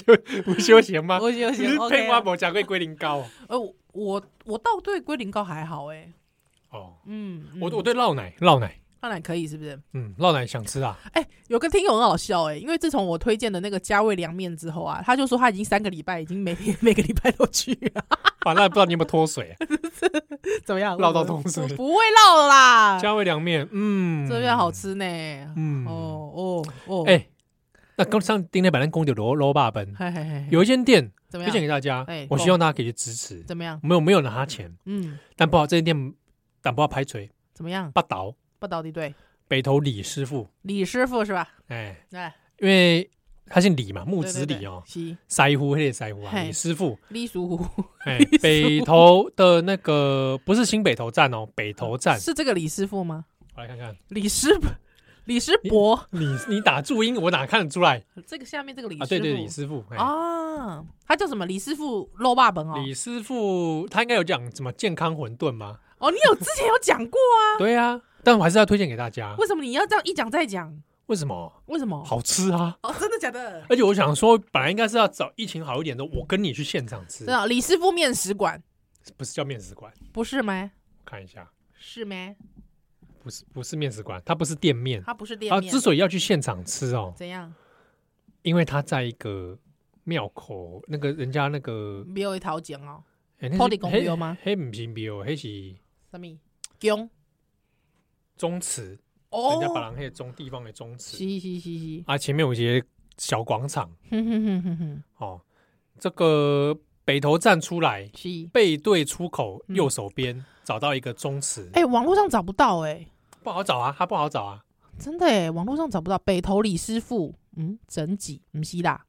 Speaker 2: 不休闲吗？
Speaker 3: 我休
Speaker 2: 你
Speaker 3: 闲
Speaker 2: 是
Speaker 3: OK
Speaker 2: 配
Speaker 3: 啊
Speaker 2: 瓜。博加贵龟苓膏哦
Speaker 3: 呃，我我我倒对龟苓膏还好哎，
Speaker 2: 哦。
Speaker 3: 嗯，
Speaker 2: 我
Speaker 3: 嗯
Speaker 2: 我对酪奶，酪奶，
Speaker 3: 当然可以是不是？
Speaker 2: 嗯，酪奶想吃啊，
Speaker 3: 哎、有个听友很好笑哎、因为自从我推荐的那个加味凉面之后啊，他就说他已经三个礼拜，已经每 天每个礼拜都去了，
Speaker 2: 反正不知道你有没有脱水啊，
Speaker 3: 怎么样？
Speaker 2: 落到
Speaker 3: 我
Speaker 2: 桶水
Speaker 3: 我不会落啦，
Speaker 2: 加味凉面，嗯，
Speaker 3: 这边好，吃呢。
Speaker 2: 嗯，哦，
Speaker 3: 哦哦哦，
Speaker 2: 哎，那刚上今天板凳公就罗罗爸本
Speaker 3: 嘿嘿嘿，
Speaker 2: 有一间店
Speaker 3: 怎么
Speaker 2: 推荐给
Speaker 3: 样？
Speaker 2: 大家
Speaker 3: 哎，
Speaker 2: 我希望大家可以去支持，
Speaker 3: 怎么样？
Speaker 2: 没有没有拿他钱，
Speaker 3: 嗯，
Speaker 2: 但不好这间店，但不好拍锤，
Speaker 3: 怎么样？
Speaker 2: 八岛
Speaker 3: 不倒地对，
Speaker 2: 北投李师傅，
Speaker 3: 李师傅是吧？
Speaker 2: 哎。
Speaker 3: 哎，
Speaker 2: 因为他姓李嘛，木
Speaker 3: 对
Speaker 2: 子
Speaker 3: 对
Speaker 2: 李
Speaker 3: 对
Speaker 2: 哦，
Speaker 3: 是
Speaker 2: 腮胡黑的腮胡啊，
Speaker 3: 嘿
Speaker 2: 李师 傅，
Speaker 3: 李叔虎，
Speaker 2: 哎，北投的那个不是新北投站哦，北投 站，
Speaker 3: 是这个李师傅吗？
Speaker 2: 我来看看，
Speaker 3: 李师李师伯，
Speaker 2: 你你打注音，我哪看得出来
Speaker 3: 这个下面这个李师
Speaker 2: 啊？
Speaker 3: 傅
Speaker 2: 对对，李师傅，哎
Speaker 3: 啊，他叫什么？李师傅肉霸本哦。
Speaker 2: 李师傅他应该有讲什么健康馄饨吗？
Speaker 3: 哦，你有之前有讲过啊？
Speaker 2: 对啊，但我还是要推荐给大家，
Speaker 3: 为什么你要这样一讲再讲？
Speaker 2: 为什么？
Speaker 3: 为什么？
Speaker 2: 好吃啊！
Speaker 3: 哦，真的假的？
Speaker 2: 而且我想说，本来应该是要找疫情好一点的，我跟你去现场吃
Speaker 3: 真，的，啊李师傅面食馆
Speaker 2: 不是叫面食馆，
Speaker 3: 不是吗？
Speaker 2: 我看一下，
Speaker 3: 是吗？
Speaker 2: 不是不是面食馆，它不是店面，
Speaker 3: 他不是店
Speaker 2: 它
Speaker 3: 面，
Speaker 2: 之所以要去现场吃哦，
Speaker 3: 怎样？
Speaker 2: 因为他在一个庙口，那个人家那个
Speaker 3: 没有一条井哦，
Speaker 2: 哎那是
Speaker 3: Polygon
Speaker 2: 嘿
Speaker 3: 庙吗
Speaker 2: 嘿，不是庙，嘿是
Speaker 3: 什么宫？
Speaker 2: 宗祠，人家把
Speaker 3: 哦，
Speaker 2: 人嘿中地方的宗祠
Speaker 3: 嘻嘻嘻嘻，
Speaker 2: 啊，前面有一些小广场
Speaker 3: 哼哼哼哼 哼，
Speaker 2: 哦。这个北头站出来，
Speaker 3: 嘻。
Speaker 2: 背对出口
Speaker 3: 嗯
Speaker 2: 右手边找到一个宗祠，
Speaker 3: 哎，网络上找不到哎，
Speaker 2: 不好找啊，它不好找啊。
Speaker 3: 真的哎，网络上找不到北投李师傅，嗯，整几不是啦，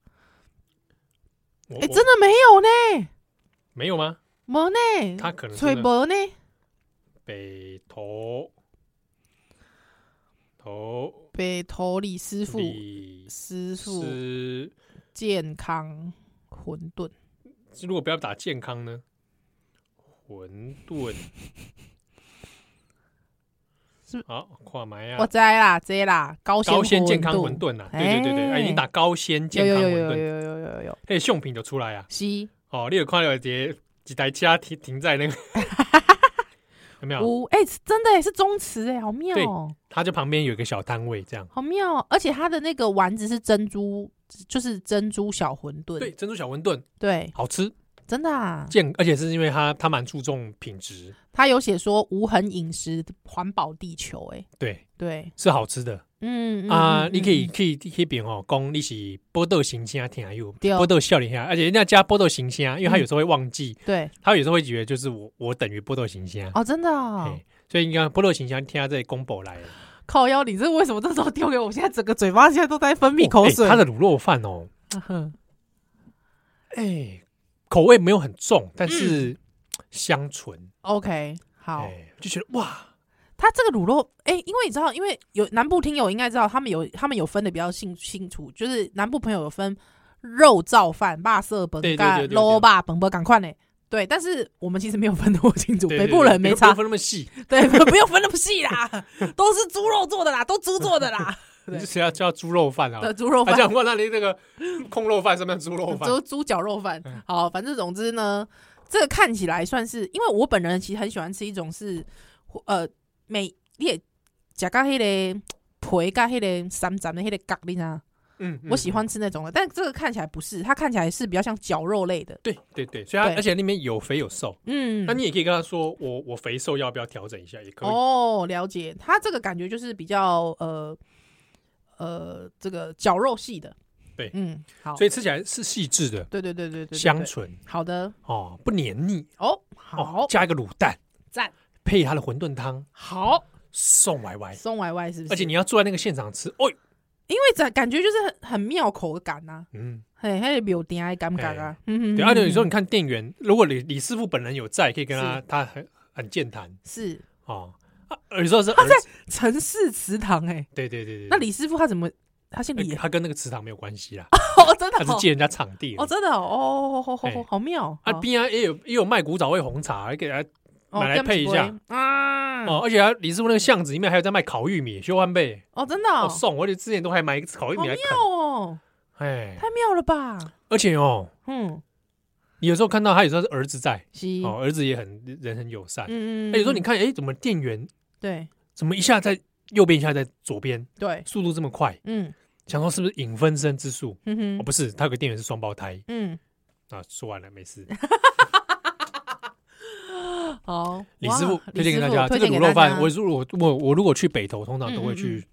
Speaker 2: 我
Speaker 3: 哎，
Speaker 2: 我
Speaker 3: 真的没有呢，
Speaker 2: 没有吗？
Speaker 3: 没呢，
Speaker 2: 他可能
Speaker 3: 吹
Speaker 2: 真的
Speaker 3: 没呢，
Speaker 2: 北头头
Speaker 3: 北投李师傅
Speaker 2: 李
Speaker 3: 师傅
Speaker 2: 师
Speaker 3: 健康馄饨，
Speaker 2: 如果不要打健康呢？馄饨
Speaker 3: 是
Speaker 2: 好跨埋
Speaker 3: 我
Speaker 2: 啊，
Speaker 3: 知啦，知啦，高
Speaker 2: 高
Speaker 3: 鲜
Speaker 2: 纤健康馄饨啊，对对对对，哎，
Speaker 3: 哎
Speaker 2: 你打高纤
Speaker 3: 有
Speaker 2: 健
Speaker 3: 有
Speaker 2: 康
Speaker 3: 有
Speaker 2: 馄
Speaker 3: 有有
Speaker 2: 饨，
Speaker 3: 有有有有，
Speaker 2: 哎，相品就出来啊。
Speaker 3: 是
Speaker 2: 哦，你有看到一个一台车停停在 那个，有没有？
Speaker 3: 五哎，真的耶是宗祠哎，好妙
Speaker 2: 对
Speaker 3: 哦，
Speaker 2: 它就旁边有一个小摊位这样。
Speaker 3: 好妙哦，而且它的那个丸子是珍珠，就是珍珠小馄饨，
Speaker 2: 对，珍珠小馄饨
Speaker 3: 对，
Speaker 2: 好吃
Speaker 3: 真的啊，
Speaker 2: 健，而且是因为它它蛮注重品质，
Speaker 3: 他有写说无痕饮食，环保地球，哎，
Speaker 2: 对，
Speaker 3: 对，
Speaker 2: 是好吃的
Speaker 3: 嗯
Speaker 2: 啊。
Speaker 3: 嗯
Speaker 2: 你可以
Speaker 3: 嗯
Speaker 2: 可以那边哦，讲你是波豆行星啊，听还有
Speaker 3: 对哦
Speaker 2: 波豆笑脸下，啊而且人家加波豆行星啊，因为他有时候会忘记，
Speaker 3: 对，
Speaker 2: 他有时候会觉得就是我我等于波豆行星啊，
Speaker 3: 嗯哦，真的啊、
Speaker 2: 嘿所以你看波豆行星听他这里公布来了，
Speaker 3: 靠腰，你这为什么这时候丢给我？现在整个嘴巴现在都在分泌口
Speaker 2: 哦哎
Speaker 3: 水。
Speaker 2: 他的卤肉饭哦，
Speaker 3: 的
Speaker 2: 哎，口味没有很重，但是香醇，
Speaker 3: OK，好，
Speaker 2: 哎，就觉得哇，
Speaker 3: 他这个卤肉，哎、因为你知道，因为有南部听友应该知道，他们有他们有分的比较清清楚，就是南部朋友有分肉燥饭、霸色本
Speaker 2: 对对
Speaker 3: 干
Speaker 2: 对、对
Speaker 3: 肉
Speaker 2: 对
Speaker 3: 霸本本，赶快呢。对，但是我们其实没有分得我清楚，
Speaker 2: 对
Speaker 3: 北
Speaker 2: 对
Speaker 3: 部
Speaker 2: 对
Speaker 3: 人没
Speaker 2: 不用
Speaker 3: 差
Speaker 2: 不用，分那么细，
Speaker 3: 对，不不用分那么细啦，都是猪肉做的啦，都猪做的啦，对
Speaker 2: 你就是要叫猪肉饭啊，
Speaker 3: 的猪肉
Speaker 2: 啊，
Speaker 3: 饭
Speaker 2: 这。样问那你这个 空肉饭是不是猪 肉饭？嗯
Speaker 3: 猪猪脚肉饭。好，反正总之呢，这个看起来算是，因为我本人其实很喜欢吃一种是，呃，每列加咖黑的皮咖黑的三斩的黑的咖喱啊，
Speaker 2: 嗯，嗯
Speaker 3: 我喜。欢吃那种的。但这个看起来不是，它看起来是比较像绞肉类的。
Speaker 2: 对对对，所以它
Speaker 3: 对
Speaker 2: 而且那边有肥有瘦，
Speaker 3: 嗯
Speaker 2: 那，你也可以跟他说，我我肥瘦要不要调整一下，也可以。
Speaker 3: 哦，了解。它这个感觉就是比较呃呃，这个绞肉系的。
Speaker 2: 对
Speaker 3: 嗯，好，
Speaker 2: 所以吃起来是细致的，
Speaker 3: 对对对对对对，
Speaker 2: 香
Speaker 3: 对。
Speaker 2: 醇
Speaker 3: 好的，
Speaker 2: 哦，不黏腻
Speaker 3: 哦，
Speaker 2: 哦
Speaker 3: 好，，
Speaker 2: 加一个卤蛋
Speaker 3: 赞，
Speaker 2: 配它的馄饨汤，
Speaker 3: 好，
Speaker 2: 送歪歪。
Speaker 3: 松歪歪是不是？
Speaker 2: 哎而且你要坐在那个现场吃，哦，
Speaker 3: 因为感感觉就是很很妙口感呐、
Speaker 2: 嗯，
Speaker 3: 嘿，还有有点的感觉啊。嗯嗯，
Speaker 2: 对。
Speaker 3: 嗯
Speaker 2: 而且有时候
Speaker 3: 嗯
Speaker 2: 你看店员，如果李李师傅本人有在，可以跟他
Speaker 3: 是
Speaker 2: 他很很健谈
Speaker 3: 是
Speaker 2: 哦。啊，有时候是儿子，
Speaker 3: 城市祠堂哎、
Speaker 2: 对对对对。
Speaker 3: 那李师傅他怎么他姓李啊
Speaker 2: 呃他跟那个祠堂没有关系啦，
Speaker 3: 哦，真的
Speaker 2: 他是
Speaker 3: 哦
Speaker 2: 借人家场地
Speaker 3: 哦，
Speaker 2: 的。
Speaker 3: 真的哦，哦哦哦
Speaker 2: 哎
Speaker 3: 哦，好妙
Speaker 2: 啊，
Speaker 3: 好
Speaker 2: 边啊也有也有卖古早味红茶，还给他
Speaker 3: 哦
Speaker 2: 买来配一下
Speaker 3: 点一杯啊
Speaker 2: 哦，而且他李师傅那个巷子里面还有在卖烤玉米，修万倍
Speaker 3: 哦，真的哦，
Speaker 2: 哦送，而且之前都还买烤玉
Speaker 3: 好
Speaker 2: 米来
Speaker 3: 妙
Speaker 2: 啃，
Speaker 3: 哦，
Speaker 2: 哎，
Speaker 3: 太妙了吧？
Speaker 2: 而且哦，
Speaker 3: 嗯，
Speaker 2: 你有时候看到他有时候是儿子在
Speaker 3: 是，
Speaker 2: 哦，儿子也很人很友善，
Speaker 3: 嗯嗯嗯，
Speaker 2: 哎，有时候
Speaker 3: 嗯
Speaker 2: 你看哎怎么店员
Speaker 3: 对
Speaker 2: 怎么一下在右边一下在左边，
Speaker 3: 对，
Speaker 2: 速度这么快，
Speaker 3: 嗯
Speaker 2: 想说是不是引分身之术？
Speaker 3: 嗯
Speaker 2: 哦，
Speaker 3: 哼，
Speaker 2: 不是，他有个店员是双胞胎
Speaker 3: 嗯，
Speaker 2: 啊，说完了没 事。
Speaker 3: 好，
Speaker 2: 李师傅
Speaker 3: 哇
Speaker 2: 推
Speaker 3: 李
Speaker 2: 荐给
Speaker 3: 师
Speaker 2: 大
Speaker 3: 傅
Speaker 2: 家这
Speaker 3: 推
Speaker 2: 个
Speaker 3: 荐
Speaker 2: 卤
Speaker 3: 给
Speaker 2: 肉
Speaker 3: 大
Speaker 2: 饭，
Speaker 3: 家
Speaker 2: 我如果我我如果去北投，通常都
Speaker 3: 嗯
Speaker 2: 会
Speaker 3: 嗯嗯
Speaker 2: 去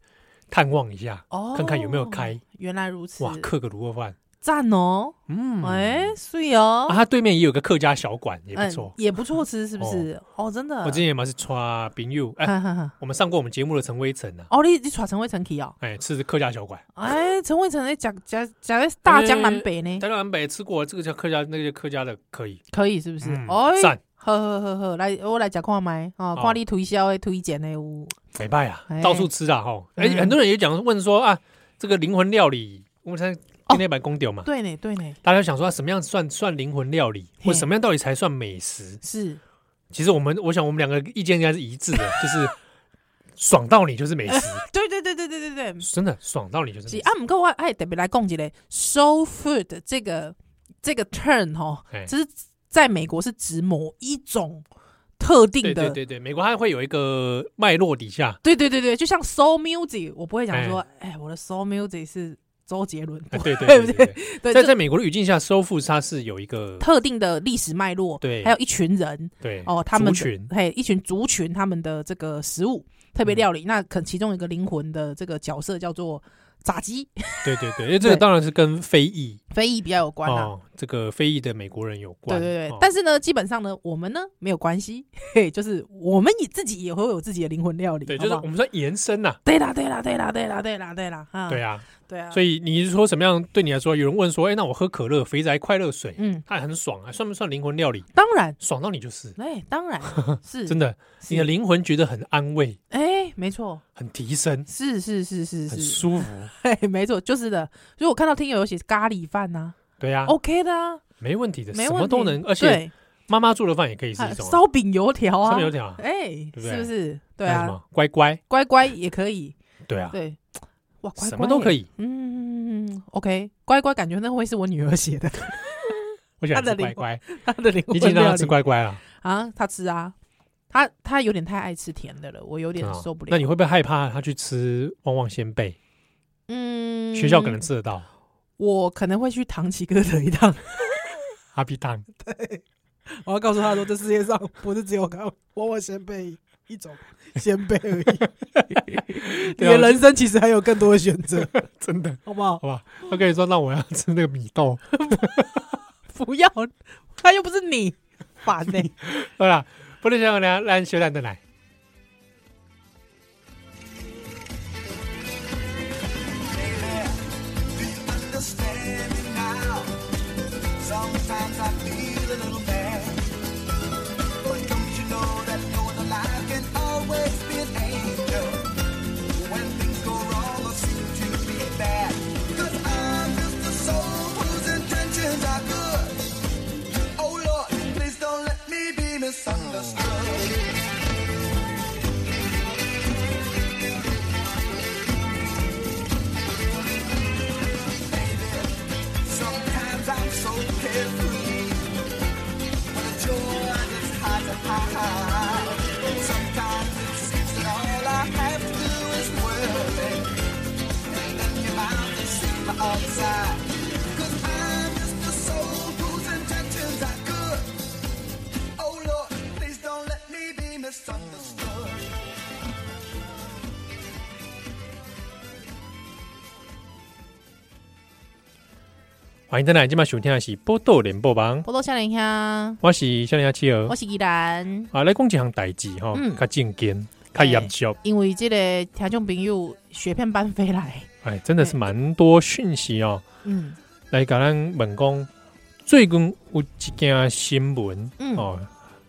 Speaker 2: 探望一下，
Speaker 3: 哦，
Speaker 2: 看看有没有开，
Speaker 3: 原来如此，
Speaker 2: 哇，刻个卤肉饭，
Speaker 3: 赞哦，
Speaker 2: 嗯，
Speaker 3: 哎，碎哦
Speaker 2: 啊，，他对面也有个客家小馆，也不错。
Speaker 3: 嗯，也不错吃，是不是？哦，真的。
Speaker 2: 我之前也嘛是刷冰柚，哎，
Speaker 3: 哈哈哈，
Speaker 2: 我们上过我们节目的陈威成啊，
Speaker 3: 哦，你你耍陈伟成去哦？
Speaker 2: 哎，吃的客家小馆，
Speaker 3: 哎，陈伟成在讲讲讲在大江南北呢，
Speaker 2: 台湾北吃过，这个叫客家，那个叫客家的可以，
Speaker 3: 可以是不是？
Speaker 2: 嗯
Speaker 3: 哎，
Speaker 2: 赞，
Speaker 3: 呵呵呵呵，来我来讲看麦哦，
Speaker 2: 哦
Speaker 3: 看你推销的推荐的有，
Speaker 2: 美拜啊
Speaker 3: 哎，
Speaker 2: 到处吃啊，吼，哎，
Speaker 3: 嗯
Speaker 2: 很多人也讲问说啊，这个灵魂料理，我们才
Speaker 3: 哦
Speaker 2: 今天版公屌嘛，
Speaker 3: 对呢对呢，
Speaker 2: 大家想说啊什么样算算灵魂料理，
Speaker 3: 嘿
Speaker 2: 或什么样到底才算美食？
Speaker 3: 是
Speaker 2: 其实我们，我想我们两个意见应该是一 致的，就是爽到你就是美食，
Speaker 3: 对对对对对对对。
Speaker 2: 真的爽到你就是
Speaker 3: 是
Speaker 2: 美食
Speaker 3: 啊，。不过我哎特别来讲一个 soul food 这个这个 turn 哦，
Speaker 2: 哎
Speaker 3: 这是在美国是指某一种特定
Speaker 2: 对对
Speaker 3: 的
Speaker 2: 对对，美国它会有一个脉络底下，
Speaker 3: 对对对对，就像 soul music，我不会讲说，哎、我的 soul music 是周杰伦，
Speaker 2: 啊
Speaker 3: 不
Speaker 2: 对对
Speaker 3: 不
Speaker 2: 对对对，
Speaker 3: 对，
Speaker 2: 在
Speaker 3: 这
Speaker 2: 在美国的语境下，收复它是有一个
Speaker 3: 特定的历史脉络，
Speaker 2: 对
Speaker 3: 还有一群人
Speaker 2: 对
Speaker 3: 哦，他们
Speaker 2: 族群
Speaker 3: 的嘿，一群族群他们的这个食物特别
Speaker 2: 嗯
Speaker 3: 料理，那可其中一个灵魂的这个角色叫做炸鸡，
Speaker 2: 对对对，因为哎这个
Speaker 3: 对
Speaker 2: 当然是跟非裔
Speaker 3: 非裔比较有关啊。
Speaker 2: 哦，这个非裔的美国人有
Speaker 3: 对
Speaker 2: 关，
Speaker 3: 对对
Speaker 2: 哦，
Speaker 3: 但是呢，基本上呢，我们呢没有关系，嘿，就是我们也自己也会有自己的灵魂料理，
Speaker 2: 对，
Speaker 3: 好
Speaker 2: 就是
Speaker 3: 不
Speaker 2: 我
Speaker 3: 好
Speaker 2: 们说延伸呐，
Speaker 3: 对啦，对啦，对啦，对啦，对啦，对啦，啊，
Speaker 2: 对啊，
Speaker 3: 对啊，
Speaker 2: 所
Speaker 3: 以
Speaker 2: 以你是说什么样对你来说？有人问说，哎，那我喝可乐、肥宅快乐水，
Speaker 3: 嗯，
Speaker 2: 它很爽啊，算不算灵魂料理？
Speaker 3: 当然，
Speaker 2: 爽到你就是
Speaker 3: 哎，当然是
Speaker 2: 真的，
Speaker 3: 是
Speaker 2: 你的灵魂觉得很安慰、
Speaker 3: 哎、没错，
Speaker 2: 很提升、
Speaker 3: 是是是是
Speaker 2: 很
Speaker 3: 是，
Speaker 2: 舒服。
Speaker 3: 嘿，没错，就是的。所以我看到听友有写咖喱饭呐、啊
Speaker 2: 对呀、
Speaker 3: ，OK 的啊，
Speaker 2: 没问题的，
Speaker 3: 没
Speaker 2: 什
Speaker 3: 问题。
Speaker 2: 么都能，而且
Speaker 3: 对
Speaker 2: 妈妈做的饭也可以是
Speaker 3: 还
Speaker 2: 一
Speaker 3: 有
Speaker 2: 种啊
Speaker 3: 烧饼油条啊，
Speaker 2: 上面有条啊，
Speaker 3: 哎，
Speaker 2: 不对
Speaker 3: 是不是？对
Speaker 2: 还有什
Speaker 3: 啊，
Speaker 2: 么乖乖，
Speaker 3: 乖乖也可以，
Speaker 2: 对啊，
Speaker 3: 对，哇，乖乖
Speaker 2: 什么都可
Speaker 3: 以，
Speaker 2: 以。
Speaker 3: 嗯，OK，乖乖，感觉那会是我女儿写的，
Speaker 2: 我想
Speaker 3: 他的
Speaker 2: 吃
Speaker 3: 灵
Speaker 2: 乖乖，
Speaker 3: 她的灵
Speaker 2: 你
Speaker 3: 魂
Speaker 2: 已经让
Speaker 3: 料
Speaker 2: 他吃
Speaker 3: 理
Speaker 2: 乖乖了，
Speaker 3: 啊，她吃啊，她她有点太爱吃甜的了，我 有点
Speaker 2: 真的哦
Speaker 3: 受不了。
Speaker 2: 那你会不会害怕他去吃旺旺仙贝？
Speaker 3: 嗯，
Speaker 2: 学校可能吃得到
Speaker 3: 我可能会去唐吉诃德一趟，
Speaker 2: 哈比汤，
Speaker 3: 我要告诉他说，这世界上不是只有看我我先辈一种先辈而已，你
Speaker 2: 对啊
Speaker 3: 的人生其实还有更多的选择，
Speaker 2: 真的
Speaker 3: 好不好？
Speaker 2: 好吧？他跟你说，那我要吃那个米豆，
Speaker 3: 不要，他又不是你，烦呢、
Speaker 2: 对啦，不能想让让小兰的来。
Speaker 4: Do you understand it now? Sometimes I feel a little bad. But don't you know that knowing a lie can always be an angel? When things go wrong or seem to be bad. Cause I'm just a soul whose intentions are good. Oh Lord, please don't let me be misunderstood. Sometimes I'm so carefree. When the joy I just hide to hide. Sometimes it seems that all I have to do is work. And then your mind is seen my outside. Cause I'm just a soul whose intentions are good. Oh Lord, please don't let me be misunderstood.
Speaker 2: 欢迎再来，今晚收听的是《波豆联播榜》，
Speaker 3: 我都笑脸香，
Speaker 2: 我是小林七儿
Speaker 3: 我。是依然，
Speaker 2: 啊，来讲一项代志吼，
Speaker 3: 嗯
Speaker 2: 较正经，较严肃，
Speaker 3: 因为这个听众朋友雪片般飞来，
Speaker 2: 哎，真的是蛮多讯息哦。
Speaker 3: 嗯
Speaker 2: 来甲咱问讲，最近有一件新闻
Speaker 3: 嗯
Speaker 2: 哦，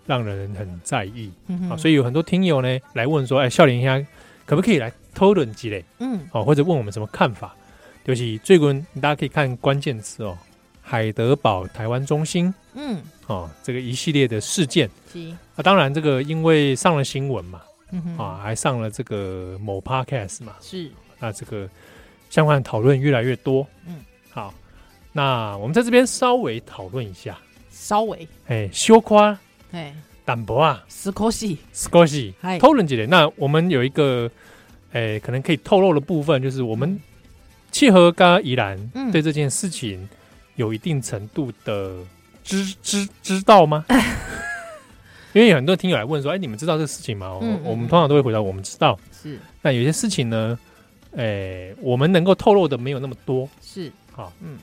Speaker 2: 让人很在意
Speaker 3: 嗯
Speaker 2: 啊，
Speaker 3: 哼
Speaker 2: 所以有很多听友呢来问说，哎，笑脸兄可不可以来讨论几类
Speaker 3: 嗯
Speaker 2: 哦，或者问我们什么看法？就是最近大家可以看关键词哦，海德堡台湾中心
Speaker 3: 嗯，
Speaker 2: 哦，这个一系列的事件
Speaker 3: 是，
Speaker 2: 啊，当然这个因为上了新闻嘛，
Speaker 3: 嗯哼
Speaker 2: 啊，还上了这个某 podcast 嘛，
Speaker 3: 是，
Speaker 2: 那这个相关的讨论越来越多。
Speaker 3: 嗯，
Speaker 2: 好，那我们在这边稍微讨论一下，
Speaker 3: 稍微，
Speaker 2: 哎，羞夸
Speaker 3: 哎，
Speaker 2: 淡薄啊
Speaker 3: 斯科西，
Speaker 2: 少し
Speaker 3: 嗨
Speaker 2: 讨论几点。那我们有一个，哎，可能可以透露的部分，就是我们契合跟宜兰
Speaker 3: 嗯
Speaker 2: 对这件事情有一定程度的知知知道 吗？因为有很多听友来问说，哎，你们知道这个事情吗？我
Speaker 3: 嗯嗯
Speaker 2: 我们
Speaker 3: 嗯
Speaker 2: 通常都会回答我们知道。
Speaker 3: 是
Speaker 2: 那有些事情呢，哎，我们能够透露的没有那么多。
Speaker 3: 是，
Speaker 2: 好，
Speaker 3: 嗯
Speaker 2: 嗯，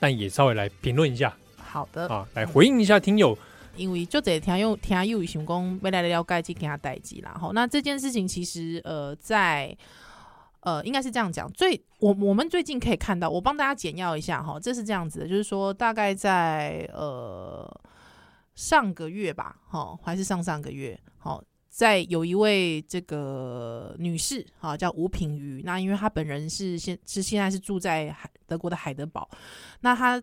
Speaker 2: 但也稍微来评论一下
Speaker 3: 好的，
Speaker 2: 啊，来回应一下听友，
Speaker 3: 因为就得听友听友想讲要来了解这件代志啦。吼，那这件事情其实呃，在呃，应该是这样讲。最呃我我们最近可以看到，我帮大家简要一下哈，这是这样子的，就是说大概在呃上个月吧，哈，还是上上个月，好。在有一位这个女士啊，叫吴品瑜。那因为她本人是现是现在是住在海德国的海德堡，那她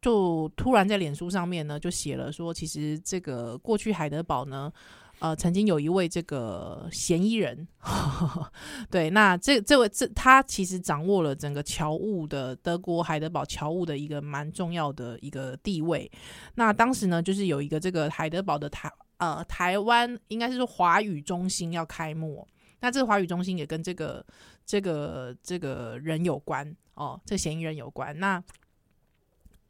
Speaker 3: 就突然在脸书上面呢，就写了说，其实这个过去海德堡呢，呃，曾经有一位这个嫌疑人， 对，那这这位这他其实掌握了整个侨务的德国海德堡侨务的一个蛮重要的一个地位。那当时呢，就是有一个这个海德堡的台呃台湾应该是说华语中心要开幕哦，那这个华语中心也跟这个这个这个人有关哦，这个嫌疑人有关。那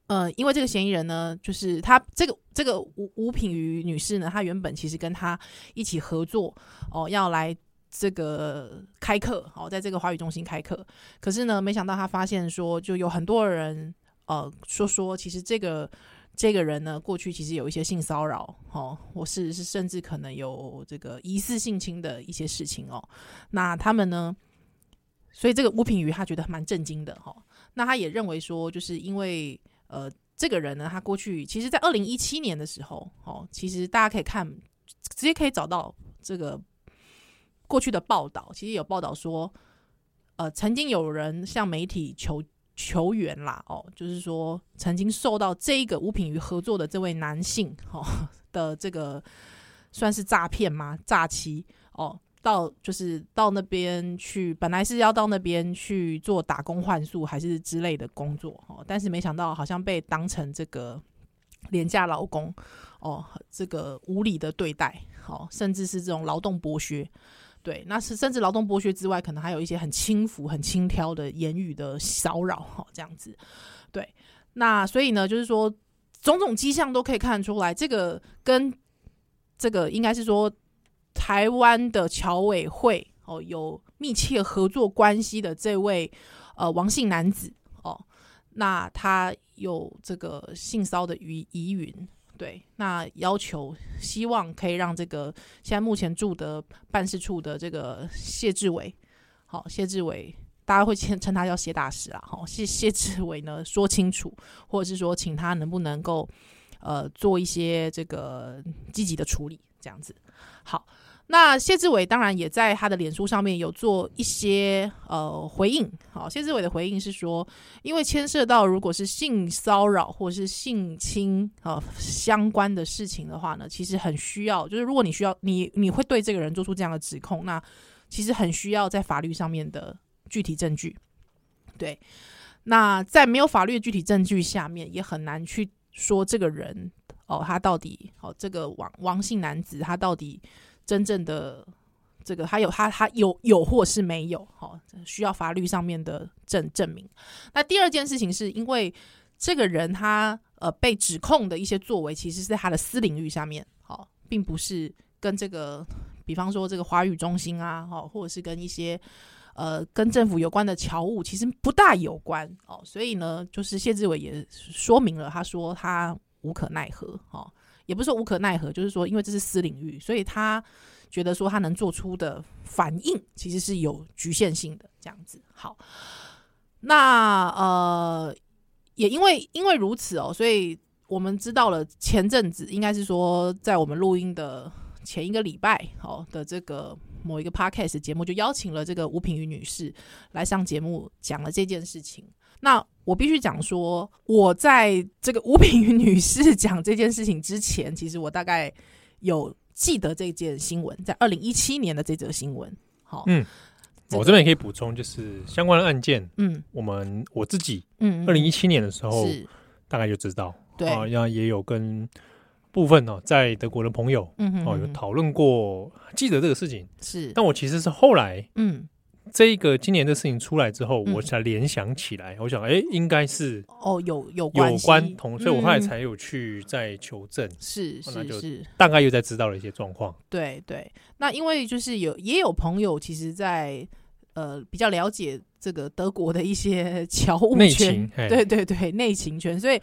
Speaker 3: 呃，因为这个嫌疑人呢，就是他这个这个吴吴品瑜女士呢，她原本其实跟他一起合作哦，要来这个开课哦，在这个华语中心开课。可是呢，没想到他发现说，就有很多人呃说说，其实这个这个人呢，过去其实有一些性骚扰哦，我是是甚至可能有这个疑似性侵的一些事情哦。那他们呢，所以这个吴品瑜她觉得蛮震惊的哦。那他也认为说，就是因为呃，这个人呢，他过去其实，在二零一七年的时候，哦，其实大家可以看，直接可以找到这个过去的报道，其实有报道说，呃，曾经有人向媒体求球员啦，哦，就是说曾经受到这一个吴品瑜合作的这位男性哦的这个算是诈骗吗？诈欺哦，到就是到那边去，本来是要到那边去做打工换宿还是之类的工作哦，但是没想到好像被当成这个廉价劳工哦，这个无理的对待，哦，甚至是这种劳动剥削。对，那是甚至劳动剥削之外，可能还有一些很轻浮、很轻佻的言语的骚扰，哈、哦，这样子。对，那所以呢，就是说种种迹象都可以看出来，这个跟这个应该是说台湾的侨委会哦有密切合作关系的这位呃王姓男子哦，那他有这个性骚的疑疑云。对，那要求希望可以让这个现在目前住的办事处的这个谢志伟，好，谢志伟，大家会称称他叫谢大师啦，好，谢谢志伟呢说清楚，或者是说请他能不能够呃做一些这个积极的处理，这样子。好，那谢志伟当然也在他的脸书上面有做一些呃回应，好，谢志伟的回应是说，因为牵涉到如果是性骚扰或是性侵啊、呃相关的事情的话呢，其实很需要，就是如果你需要你你会对这个人做出这样的指控，那其实很需要在法律上面的具体证据。对，那在没有法律的具体证据下面，也很难去说这个人哦，他到底哦这个王王姓男子他到底真正的。这个他有他他有有或是没有，好、哦，这需要法律上面的证证明。那第二件事情是因为这个人他呃被指控的一些作为，其实是在他的私领域下面，好、并不是跟这个，比方说这个华语中心啊，好、或者是跟一些呃跟政府有关的侨务，其实不大有关哦。所以呢，就是谢志伟也说明了，他说他无可奈何，哦，也不是说无可奈何，就是说因为这是私领域，所以他觉得说他能做出的反应其实是有局限性的，这样子。好，那呃，也因为因为如此哦，所以我们知道了前阵子应该是说在我们录音的前一个礼拜哦的这个某一个 podcast 节目，就邀请了这个吴品瑜女士来上节目讲了这件事情。那我必须讲说，我在这个吴品瑜女士讲这件事情之前，其实我大概有记得这件新闻，在二零一七年的这则新闻。好、
Speaker 2: 嗯
Speaker 3: 这个
Speaker 2: 我这边也可以补充，就是相关的案件，
Speaker 3: 嗯
Speaker 2: 我们我自己
Speaker 3: 嗯，
Speaker 2: 二零一七年的时候
Speaker 3: 是
Speaker 2: 大概就知道，
Speaker 3: 对
Speaker 2: 啊，那也有跟部分哦在德国的朋友
Speaker 3: 嗯哼
Speaker 2: 哦有
Speaker 3: 嗯哼
Speaker 2: 讨论过，记得这个事情。
Speaker 3: 是
Speaker 2: 但我其实是后来
Speaker 3: 嗯
Speaker 2: 这个今年的事情出来之后，
Speaker 3: 嗯
Speaker 2: 我才联想起来，我想哎，应该是
Speaker 3: 哦有有
Speaker 2: 有
Speaker 3: 系
Speaker 2: 关同，所以我后来
Speaker 3: 嗯
Speaker 2: 才有去再求证，
Speaker 3: 是
Speaker 2: 哦那就是
Speaker 3: 是，
Speaker 2: 大概又在知道了一些状况。
Speaker 3: 对对。那因为就是有也有朋友，其实在呃比较了解这个德国的一些 侨务
Speaker 2: 内
Speaker 3: 圈
Speaker 2: 情，哎嘿
Speaker 3: 对对对，内情圈，所以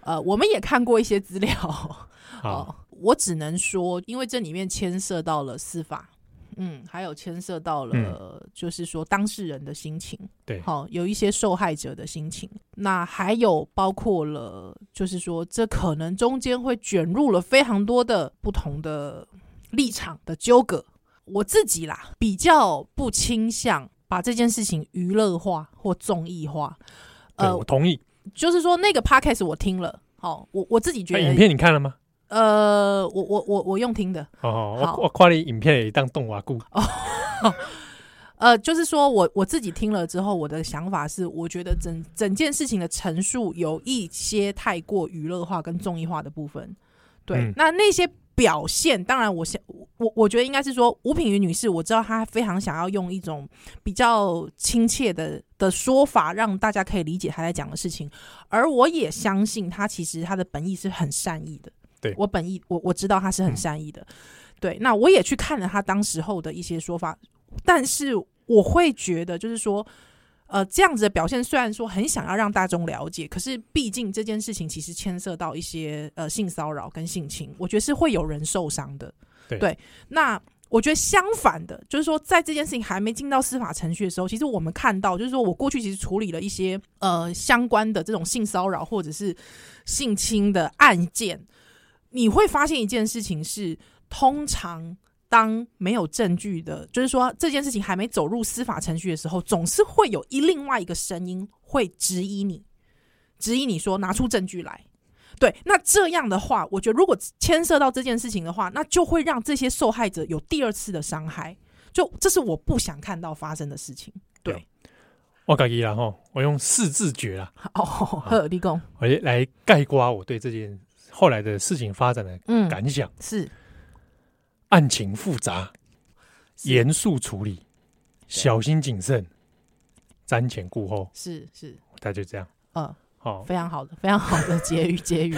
Speaker 3: 呃我们也看过一些资料。
Speaker 2: 好，
Speaker 3: 哦，我只能说，因为这里面牵涉到了司法，嗯，还有牵涉到了、就是说当事人的心情，
Speaker 2: 嗯对
Speaker 3: 好、有一些受害者的心情，那还有包括了，就是说这可能中间会卷入了非常多的不同的立场的纠葛。我自己啦，比较不倾向把这件事情娱乐化或综艺化。
Speaker 2: 对
Speaker 3: 呃
Speaker 2: 我，同意。
Speaker 3: 就是说那个 podcast 我听了，好、我我自己觉
Speaker 2: 那
Speaker 3: 得
Speaker 2: 影片你看了吗？
Speaker 3: 呃，我我我我用听的，
Speaker 2: 哦，
Speaker 3: 好
Speaker 2: 我我夸你影片也当动画故，
Speaker 3: 呃，就是说我我自己听了之后，我的想法是，我觉得整整件事情的陈述有一些太过娱乐化跟综艺化的部分。对，
Speaker 2: 嗯
Speaker 3: 那那些表现，当然我想我我觉得应该是说，吴品瑜女士，我知道她非常想要用一种比较亲切的的说法，让大家可以理解她在讲的事情，而我也相信她其实她的本意是很善意的。
Speaker 2: 对
Speaker 3: 我本意我我知道她是很
Speaker 2: 嗯
Speaker 3: 善意的，对，那我也去看了她当时候的一些说法，但是我会觉得，就是说，呃，这样子的表现虽然说很想要让大众了解，可是毕竟这件事情其实牵涉到一些呃性骚扰跟性侵，我觉得是会有人受伤的。
Speaker 2: 对
Speaker 3: 那我觉得相反的，就是说，在这件事情还没进到司法程序的时候，其实我们看到，就是说我过去其实处理了一些呃相关的这种性骚扰或者是性侵的案件，你会发现一件事情是，通常当没有证据的，就是说这件事情还没走入司法程序的时候，总是会有一另外一个声音会质疑你，质疑你说拿出证据来。对，那这样的话，我觉得如果牵涉到这件事情的话，那就会让这些受害者有第二次的伤害，就这是我不想看到发生的事情。对，
Speaker 2: 我搞伊啦吼，我用四字诀啦，
Speaker 3: 哦，呵，立功，
Speaker 2: 我来概括我对这件后来的事情发展的
Speaker 3: 嗯，
Speaker 2: 感想。
Speaker 3: 是
Speaker 2: 案情复杂，严肃处理，小心谨慎，瞻前顾后，
Speaker 3: 是是，
Speaker 2: 他就这样。
Speaker 3: 呃，
Speaker 2: 好、
Speaker 3: 非常好的，非常好的结语，结语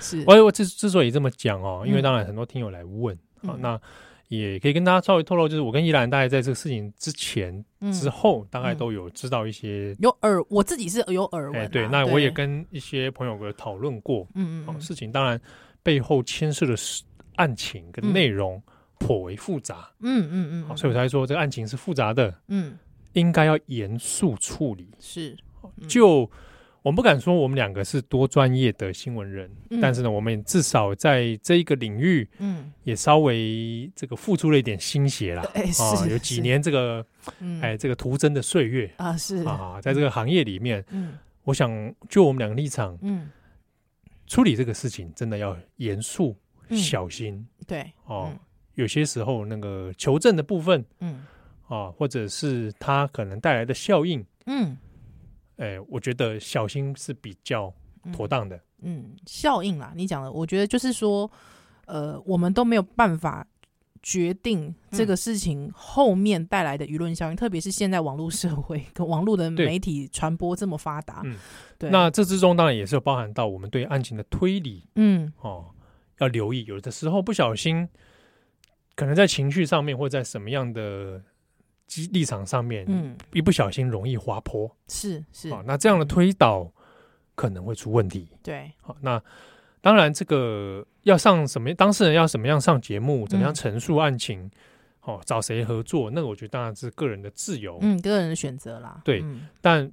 Speaker 3: 是，
Speaker 2: 我我之之所以这么讲哦，因为
Speaker 3: 嗯
Speaker 2: 当然很多听友来问，好、
Speaker 3: 嗯
Speaker 2: 那也可以跟大家稍微透露，就是我跟依兰大概在这个事情之前、
Speaker 3: 嗯
Speaker 2: 之后，大概
Speaker 3: 嗯
Speaker 2: 都有知道一些。
Speaker 3: 有耳，我自己是有耳闻、
Speaker 2: 哎，
Speaker 3: 啊。
Speaker 2: 对，那我也，跟一些朋友有讨论过，
Speaker 3: 嗯嗯
Speaker 2: 哦，
Speaker 3: 嗯，
Speaker 2: 事情当然背后牵涉的事案情跟内容颇为复杂，
Speaker 3: 嗯嗯嗯
Speaker 2: 好
Speaker 3: 嗯，
Speaker 2: 所以我才说这个案情是复杂的，
Speaker 3: 嗯
Speaker 2: 应该要严肃处理。
Speaker 3: 是，嗯
Speaker 2: 就我们不敢说我们两个是多专业的新闻人，
Speaker 3: 嗯
Speaker 2: 但是呢，我们至少在这一个领域
Speaker 3: 嗯
Speaker 2: 也稍微这个付出了一点心血啦。
Speaker 3: 哎是
Speaker 2: 啊，有
Speaker 3: 是
Speaker 2: 几年这个
Speaker 3: 嗯
Speaker 2: 哎这个徒增的岁月
Speaker 3: 啊是，
Speaker 2: 啊，在这个行业里面，
Speaker 3: 嗯
Speaker 2: 我想就我们两个立场
Speaker 3: 嗯
Speaker 2: 处理这个事情，真的要严肃
Speaker 3: 嗯
Speaker 2: 小心
Speaker 3: 对，
Speaker 2: 哦。有些时候那个求证的部分
Speaker 3: 嗯
Speaker 2: 啊，或者是它可能带来的效应，
Speaker 3: 嗯
Speaker 2: 哎，我觉得小心是比较
Speaker 3: 嗯
Speaker 2: 妥当的。
Speaker 3: 嗯效应啦，你讲的，我觉得就是说，呃，我们都没有办法。决定
Speaker 2: 嗯
Speaker 3: 这个事情后面带来的舆论效应，特别是现在网络社会跟网络的
Speaker 2: 对
Speaker 3: 媒体传播这么发达
Speaker 2: 嗯，
Speaker 3: 对，
Speaker 2: 那这之中当然也是有包含到我们对案情的推理
Speaker 3: 嗯
Speaker 2: 哦，要留意。有的时候不小心，可能在情绪上面或在什么样的基立场上面，
Speaker 3: 嗯
Speaker 2: 一不小心容易滑坡
Speaker 3: 是是，
Speaker 2: 哦。那这样的推导可能会出问题。
Speaker 3: 对，
Speaker 2: 好、那当然这个要上什么当事人要怎么样上节目，怎么样
Speaker 3: 嗯
Speaker 2: 陈述案情，哦，找谁合作，那个我觉得当然是个人的自由。
Speaker 3: 嗯，个人的选择啦，
Speaker 2: 对
Speaker 3: 嗯
Speaker 2: 但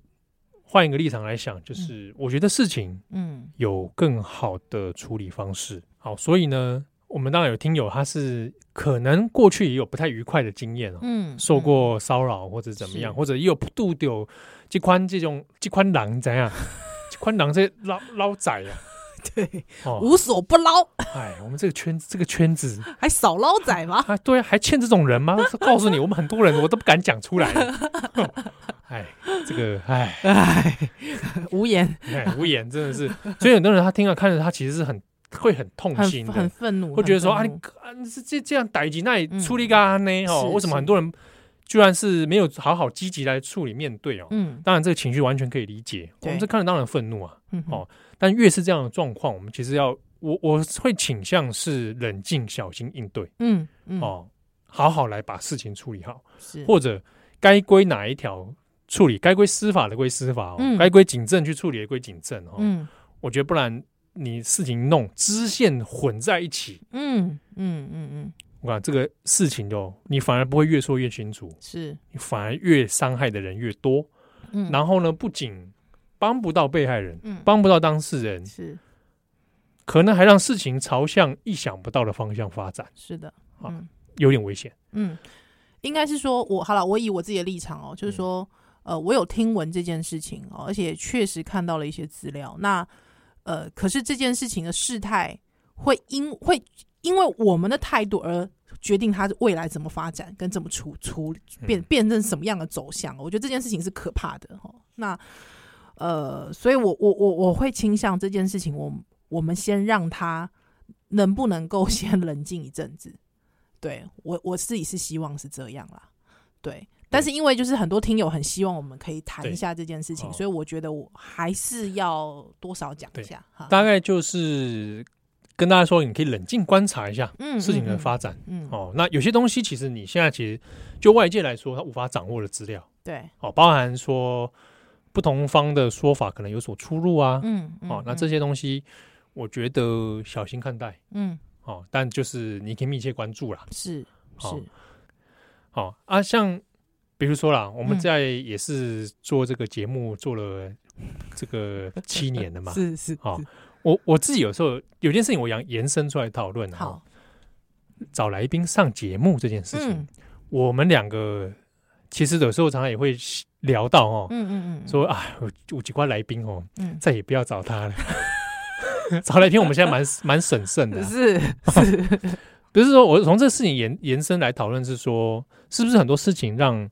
Speaker 2: 换一个立场来想，就是我觉得事情。
Speaker 3: 嗯
Speaker 2: 有更好的处理方式。好，所以呢，我们当然有听友他是可能过去也有不太愉快的经验哦，
Speaker 3: 嗯，
Speaker 2: 受
Speaker 3: 嗯
Speaker 2: 过骚扰或者怎么样，
Speaker 3: 是
Speaker 2: 或者也有度丢这款这种这款狼怎 样，这款狼这捞捞仔啊。
Speaker 3: 对，
Speaker 2: 哦，
Speaker 3: 无所不捞，
Speaker 2: 哎，我们这个圈子，这个圈子，
Speaker 3: 还少捞仔吗？
Speaker 2: 啊，对啊，还欠这种人吗？告诉你，我们很多人我都不敢讲出 来。哎，这个，哎，
Speaker 3: 哎，无 言，
Speaker 2: 哎，无言真的是，所以很多人他听了看着他其实是很会很痛心
Speaker 3: 很
Speaker 2: 的，
Speaker 3: 很愤怒，
Speaker 2: 会觉得说啊，你
Speaker 3: 很愤怒
Speaker 2: 啊你是这这样逮起那
Speaker 3: 嗯
Speaker 2: 里处理干呢？哦，
Speaker 3: 是
Speaker 2: 为什么
Speaker 3: 是
Speaker 2: 很多人居然是没有好好积极来处理面对哦？
Speaker 3: 嗯
Speaker 2: 当然，这个情绪完全可以理解，我们
Speaker 3: 对
Speaker 2: 这看得当然愤怒啊。
Speaker 3: 嗯哼
Speaker 2: 哦但越是这样的状况，我们其实要我我会倾向是冷静、小心应对
Speaker 3: 嗯嗯
Speaker 2: 哦，好好来把事情处理好，
Speaker 3: 是
Speaker 2: 或者该归哪一条处理，该归司法的归司法哦
Speaker 3: 嗯，
Speaker 2: 该归警政去处理的归警政哦。
Speaker 3: 嗯
Speaker 2: 我觉得不然你事情弄支线混在一起，
Speaker 3: 嗯嗯嗯嗯
Speaker 2: 我看这个事情就你反而不会越说越清楚，
Speaker 3: 是
Speaker 2: 你反而越伤害的人越多。
Speaker 3: 嗯
Speaker 2: 然后呢，不仅帮不到被害人，
Speaker 3: 嗯
Speaker 2: 帮不到当事人，
Speaker 3: 是
Speaker 2: 可能还让事情朝向意想不到的方向发展，
Speaker 3: 是的，
Speaker 2: 好
Speaker 3: 嗯
Speaker 2: 有点危险。
Speaker 3: 嗯，应该是说我好了，我以我自己的立场哦，就
Speaker 2: 嗯
Speaker 3: 是说。呃，我有听闻这件事情哦，而且确实看到了一些资料。那呃，可是这件事情的事态会因会因为我们的态度而决定它未来怎么发展跟怎么处处变
Speaker 2: 嗯
Speaker 3: 变成什么样的走向。我觉得这件事情是可怕的哈。那呃，所以我我我我会倾向这件事情，我我们先让他能不能够 先冷静一阵子。对我我自己是希望是这样啦，对。但是因为就是很多听友很希望我们可以谈
Speaker 2: 对
Speaker 3: 一下这件事情，
Speaker 2: 哦
Speaker 3: 所以我觉得我还是要多少讲一
Speaker 2: 对
Speaker 3: 下哈。
Speaker 2: 大概就是跟大家说，你可以冷静观察一下
Speaker 3: 嗯
Speaker 2: 事情
Speaker 3: 嗯
Speaker 2: 的
Speaker 3: 嗯
Speaker 2: 发展。
Speaker 3: 嗯，
Speaker 2: 哦，那有些东西其实你现在其实就外界来说，他无法掌握的资料，
Speaker 3: 对，
Speaker 2: 哦，包含说不同方的说法可能有所出入啊，
Speaker 3: 嗯，嗯
Speaker 2: 哦，那这，些东西我觉得小心看待
Speaker 3: 嗯，嗯
Speaker 2: 哦，但就是你可以密切关注啦。
Speaker 3: 是
Speaker 2: 好
Speaker 3: 是，
Speaker 2: 哦啊，像比如说啦，我们
Speaker 3: 嗯
Speaker 2: 在也是做这个节目做了这 个七年了嘛，
Speaker 3: 是是，
Speaker 2: 好
Speaker 3: 是，
Speaker 2: 我我自己有时候有件事情我想延伸出来讨论啊
Speaker 3: 好
Speaker 2: 哦，，找来宾上节目这件事情，
Speaker 3: 嗯
Speaker 2: 我们两个其实有时候常常也会聊到哦，
Speaker 3: 嗯嗯嗯，
Speaker 2: 说啊，我我几块来宾哦，
Speaker 3: 嗯
Speaker 2: 再也不要找他了。 找来宾我们现在蛮蛮审慎的啊、
Speaker 3: 是 是，
Speaker 2: 不是说我从这事情延延伸来讨论，是说是不是很多事情让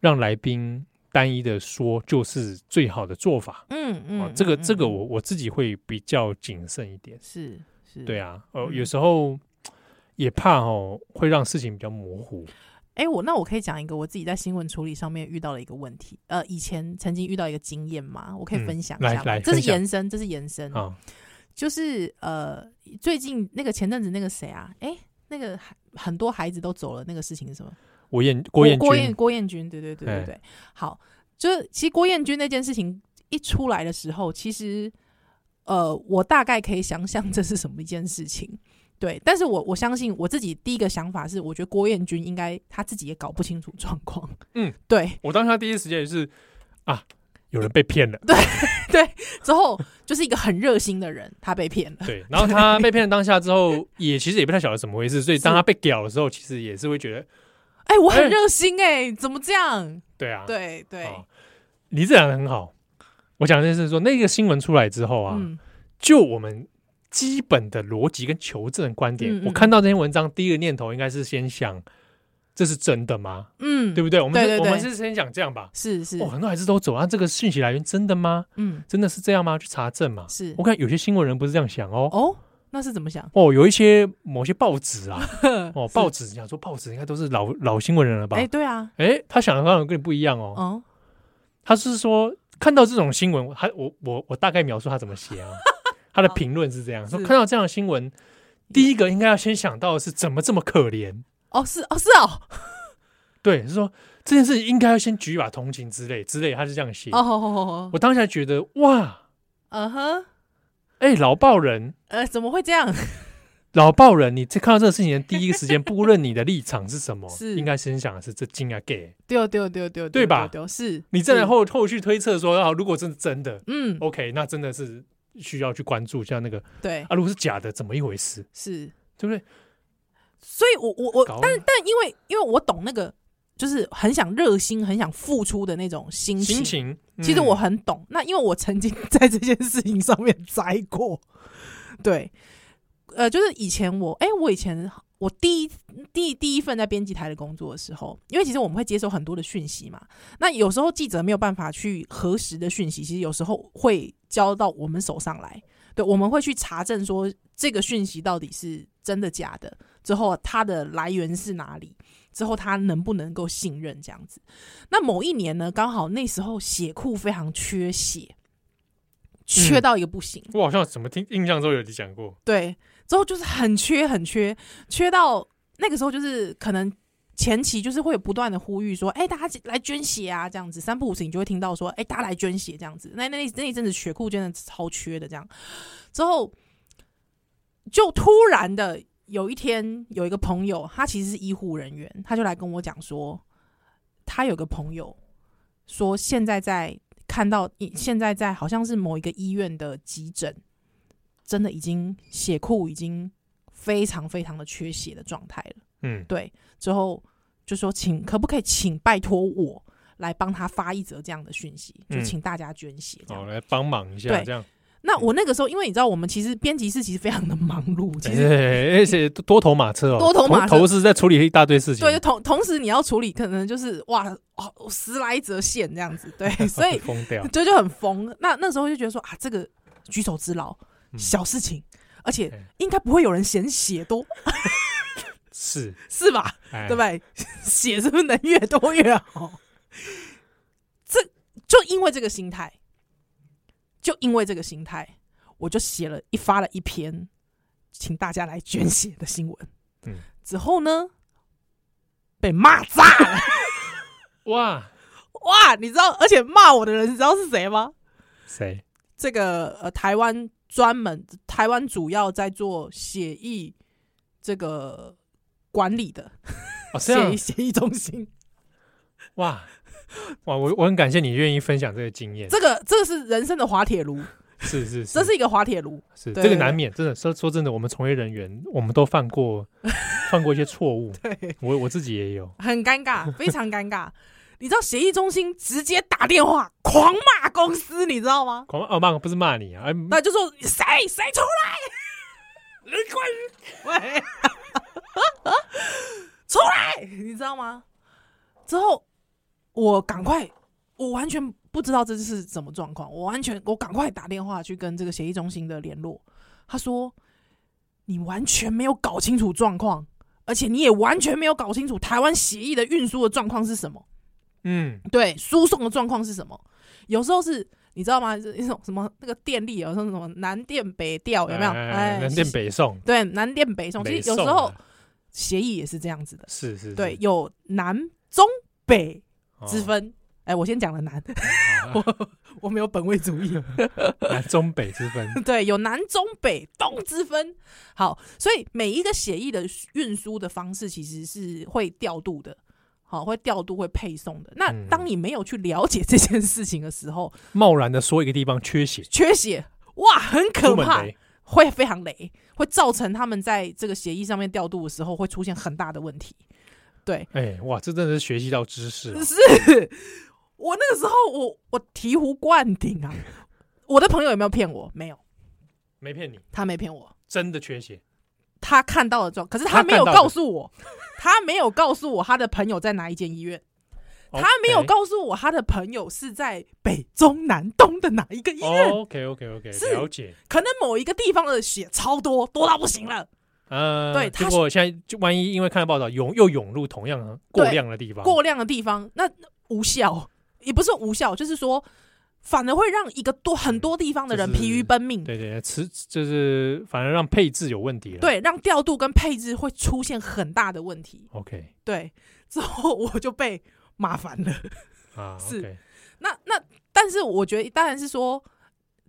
Speaker 2: 让来宾单一的说就是最好的做法？
Speaker 3: 嗯
Speaker 2: 啊
Speaker 3: 嗯，，
Speaker 2: 这个
Speaker 3: 嗯
Speaker 2: 这个
Speaker 3: 嗯
Speaker 2: 我我自己会比较谨慎一点。
Speaker 3: 是是，
Speaker 2: 对啊，呃，
Speaker 3: 嗯
Speaker 2: 有时候也怕哦会让事情比较模糊。
Speaker 3: 哎、我那我可以讲一个我自己在新闻处理上面遇到的一个问题，呃，以前曾经遇到一个经验嘛，我可以
Speaker 2: 嗯
Speaker 3: 分享一
Speaker 2: 来
Speaker 3: 下吗、
Speaker 2: 来
Speaker 3: 这
Speaker 2: 分
Speaker 3: 是
Speaker 2: 享
Speaker 3: 延伸，这是延伸，
Speaker 2: 啊，
Speaker 3: 就是呃，最近那个前阵子那个谁啊，哎、那个孩很多孩子都走了，那个事情是什么？
Speaker 2: 我燕郭燕
Speaker 3: 郭燕
Speaker 2: 君，
Speaker 3: 郭燕军，对对对
Speaker 2: 哎
Speaker 3: 对对，好，就是其实郭燕军那件事情一出来的时候，其实呃，我大概可以想象这是什么一件事情。对，但是我我相信我自己第一个想法是，我觉得郭燕军应该他自己也搞不清楚状况。
Speaker 2: 嗯，
Speaker 3: 对，
Speaker 2: 我当下第一时间也是啊，有人被骗了。
Speaker 3: 之后就是一个很热心的人，他被骗了。
Speaker 2: 对，然后他被骗的当下之后， 也其实也不太晓得怎么回事，所以当他被屌的时候，其实也是会觉得，
Speaker 3: 哎、我
Speaker 2: 哎
Speaker 3: 很热心哎、怎么这样？
Speaker 2: 对啊，
Speaker 3: 对对，嗯
Speaker 2: 哦你这讲的很好。我讲的就是说，那个新闻出来之后啊，
Speaker 3: 嗯
Speaker 2: 就我们基本的逻辑跟求证的观点，
Speaker 3: 嗯嗯
Speaker 2: 我看到这篇文章，第一个念头应该是先想，这是真的吗？
Speaker 3: 嗯，
Speaker 2: 对不对？我们是
Speaker 3: 对对
Speaker 2: 我
Speaker 3: 对
Speaker 2: 们是先想这样吧。
Speaker 3: 是是，
Speaker 2: 哦，很多孩子都走啊，这个讯息来源真的吗？
Speaker 3: 嗯
Speaker 2: 真的是这样吗？去查证嘛。
Speaker 3: 是
Speaker 2: 我看有些新闻人不是这样想哦。
Speaker 3: 哦，那是怎 么想？
Speaker 2: 哦，有一些某些报纸 啊，哦，
Speaker 3: 是
Speaker 2: 报纸想说报纸应该都是老老新闻人了吧
Speaker 3: 哎、？对啊，
Speaker 2: 哎，他想的方法跟你不一样哦。
Speaker 3: 嗯，
Speaker 2: 他是说看到这种新闻，他我我我大概描述他怎么写 啊。他的评论是这样说：
Speaker 3: 哦是
Speaker 2: 看到这样的新闻，第一个应该要先想到的是怎么这么可怜。
Speaker 3: 哦是哦是哦，
Speaker 2: 对，是说这件事情应该要先举一把同情之类之类，他是这样写。
Speaker 3: 哦吼吼吼吼，
Speaker 2: 我当下觉得哇，
Speaker 3: 嗯哼，
Speaker 2: 哎、老报人，
Speaker 3: 呃，怎么会这样？
Speaker 2: 老报人，你这看到这个事情的第一个时间，不论你的立场是什么，
Speaker 3: 是
Speaker 2: 应该先想的是这竟然 gay。
Speaker 3: 丢丢丢丢，
Speaker 2: 对吧
Speaker 3: 丢是，
Speaker 2: 你再来
Speaker 3: 是，
Speaker 2: 后后续推测说，啊，如果真的真的
Speaker 3: 嗯，
Speaker 2: ，OK，那真的是需要去关注一下那个
Speaker 3: 对，
Speaker 2: 啊，如果是假的，怎么一回事，
Speaker 3: 是，
Speaker 2: 对不对？
Speaker 3: 所以我我我，
Speaker 2: 搞
Speaker 3: 但但因为因为我懂那个，就是很想热心、很想付出的那种心情。
Speaker 2: 心情，嗯
Speaker 3: 其实我很懂，那因为我曾经 在这件事情上面栽过，对，呃，就是以前我，哎、我以前我第一第第一份在编辑台的工作的时候，因为其实我们会接收很多的讯息嘛，那有时候记者没有办法去核实的讯息，其实有时候会交到我们手上来，对，我们会去查证说这个讯息到底是真的假的，之后它的来源是哪里，之后他能不能够信任这样子。那某一年呢，刚好那时候血库非常缺血，缺到一个不行。
Speaker 2: 我好像怎么听印象中有你讲过，
Speaker 3: 对，之后就是很缺很缺，缺到那个时候就是可能前期就是会有不断的呼吁说，哎、大家来捐血啊，这样子，三不五时你就会听到说，哎、大家来捐血这样子。那那那一阵子血库真的超缺的，这样之后就突然的有一天，有一个朋友，他其实是医护人员，他就来跟我讲说，他有个朋友说现在在。看到现在在好像是某一个医院的急诊，真的已经血库已经非常非常的缺血的状态了。
Speaker 2: 嗯，
Speaker 3: 对，之后就说请可不可以请拜托我来帮他发一则这样的讯息，就
Speaker 2: 嗯
Speaker 3: 请大家捐血这样。
Speaker 2: 好来帮忙一下，
Speaker 3: 对
Speaker 2: 这样，
Speaker 3: 那我那个时候，因为你知道，我们其实编辑室其实非常的忙碌，其
Speaker 2: 哎
Speaker 3: 实。
Speaker 2: 哎，而且多头马车哦，
Speaker 3: 多头马车
Speaker 2: 头是在处理一大堆事情，啊
Speaker 3: 对，就同同时你要处理，可能就是哇哦十来则线这样子， 对，所以
Speaker 2: 疯 掉，
Speaker 3: 对，就很疯。那那时候就觉得说啊，这个举手之劳，
Speaker 2: 嗯
Speaker 3: 小事情，而且
Speaker 2: 对
Speaker 3: 应该不会有人嫌血多，
Speaker 2: 是，
Speaker 3: 是吧？
Speaker 2: 哎
Speaker 3: 对不，对？血是不是能越多越好？ 这就因为这个心态，就因为这个心态，我就写了一发了一篇，请大家来捐血的新闻。
Speaker 2: 嗯
Speaker 3: 之后呢，被骂炸了
Speaker 2: 哇，
Speaker 3: 哇！你知道，而且骂我的人，你知道是谁吗？
Speaker 2: 谁？
Speaker 3: 这个呃，台湾专门台湾主要在做血疫这个管理的
Speaker 2: 哦，这
Speaker 3: 血
Speaker 2: 样
Speaker 3: 疫，血疫中心。
Speaker 2: 哇哇，我我很感谢你愿意分享这个经验，
Speaker 3: 这个这个是人生的滑铁卢，
Speaker 2: 是是，
Speaker 3: 这是一个滑铁卢。
Speaker 2: 是
Speaker 3: 对
Speaker 2: 这个
Speaker 3: 对
Speaker 2: 难
Speaker 3: 对
Speaker 2: 免，真的说说真的，我们从业人员我们都犯 过犯过一些错误，
Speaker 3: 对，
Speaker 2: 我我自己也有，
Speaker 3: 很尴尬，非常尴尬。 你知道协议中心直接打电话狂骂公司，你知道吗？
Speaker 2: 狂哦骂不是骂你啊，哎
Speaker 3: 那就说谁谁出来，嗯 林冠宇，喂，出来，你知道吗？之后我赶快，我完全不知道这是什么状况，我完全我赶快打电话去跟这个协议中心的联络，他说你完全没有搞清楚状况，而且你也完全没有搞清楚台湾协议的运输的状况是什么。
Speaker 2: 嗯，
Speaker 3: 对输送的状况是什么？有时候是你知道吗？是一种什么那个电力，有时候什么南电北调，有没有？哎，
Speaker 2: 南电北送，
Speaker 3: 对南电北送，其
Speaker 2: 北
Speaker 3: 实有
Speaker 2: 送
Speaker 3: 时候
Speaker 2: 啊
Speaker 3: 协议也是这样子的，
Speaker 2: 是是，
Speaker 3: 对，
Speaker 2: 是
Speaker 3: 有南中北之，
Speaker 2: 哦
Speaker 3: 分。哎，我先讲了南，
Speaker 2: 好啊
Speaker 3: 我没有本位 主义。
Speaker 2: 南中北之分，
Speaker 3: 对，有南中北东之分。好，所以每一个协议的运输的方式其实是会调度的，好，会调度会配送的。那
Speaker 2: 嗯
Speaker 3: 当你没有去了解这件事情的时候，
Speaker 2: 贸然的说一个地方缺血，
Speaker 3: 缺血，哇，很可
Speaker 2: 出门
Speaker 3: 怕，
Speaker 2: 雷
Speaker 3: 会非常雷，会造成他们在这个协议上面调度的时候会出现很大的问题。 对，
Speaker 2: 哎，哇，这真的是学习到知识哦，
Speaker 3: 是我那个时候我我醍醐灌顶啊！我的朋友有没有骗我？没有，
Speaker 2: 没骗你，
Speaker 3: 他没骗我，
Speaker 2: 真的缺血，
Speaker 3: 他看到了状，可是
Speaker 2: 他
Speaker 3: 他没有
Speaker 2: 看到的
Speaker 3: 告诉我，他没有告诉我他的朋友在哪一间医院，他没有告诉我他的朋友是在北中南东的哪一个医院，
Speaker 2: ，OK OK OK，
Speaker 3: 是
Speaker 2: 哦了解，
Speaker 3: 可能某一个地方的血超多，多到不行了。
Speaker 2: 呃，
Speaker 3: 对
Speaker 2: 结
Speaker 3: 他
Speaker 2: 果现在就万一因为看了报道涌又涌入同样的过
Speaker 3: 对
Speaker 2: 量的地方，
Speaker 3: 过量的地方，那无效，也不是无效，就是说，反而会让一个多很多地方的人
Speaker 2: 嗯就是
Speaker 3: 疲于奔命，
Speaker 2: 对对，吃就是反而让配置有问题了，
Speaker 3: 对，让调度跟配置会出现很大的问题。
Speaker 2: ，OK
Speaker 3: 对，之后我就被麻烦了。
Speaker 2: 啊，
Speaker 3: 是
Speaker 2: OK，
Speaker 3: 那那，但是我觉得当然是说，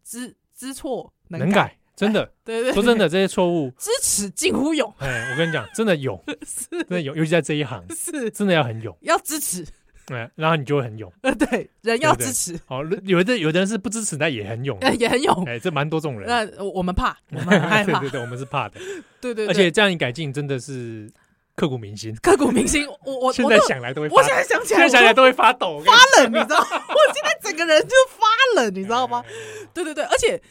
Speaker 3: 知知错能
Speaker 2: 能改，真 的
Speaker 3: 对对对，
Speaker 2: 说真的，这些错误，
Speaker 3: 知耻近 乎勇，
Speaker 2: 哎，我跟你讲，真的有，
Speaker 3: 是
Speaker 2: 真的有，尤其在这一行，
Speaker 3: 是，
Speaker 2: 真的要很勇，
Speaker 3: 要支持，
Speaker 2: 哎，然后你就会 很勇。
Speaker 3: 呃，对，人要
Speaker 2: 对对
Speaker 3: 支持，
Speaker 2: 哦，有的有的人是不支持，但也很勇的
Speaker 3: 呃，， 也很勇。
Speaker 2: 哎，这蛮多种人。
Speaker 3: 那我我们怕，我们害
Speaker 2: 对
Speaker 3: 怕
Speaker 2: 对，对，我们是怕的，
Speaker 3: 对对，
Speaker 2: 而
Speaker 3: 对
Speaker 2: 且这样一改进真的是刻骨铭心。
Speaker 3: 刻骨铭心。我我我
Speaker 2: 现在
Speaker 3: 都
Speaker 2: 想来都会发，
Speaker 3: 我现在想起
Speaker 2: 现
Speaker 3: 来，
Speaker 2: 在想起来
Speaker 3: 我
Speaker 2: 都会发抖，我跟你
Speaker 3: 发冷，你知道？ 我现在整个人就发冷，你知道吗？对对对，而且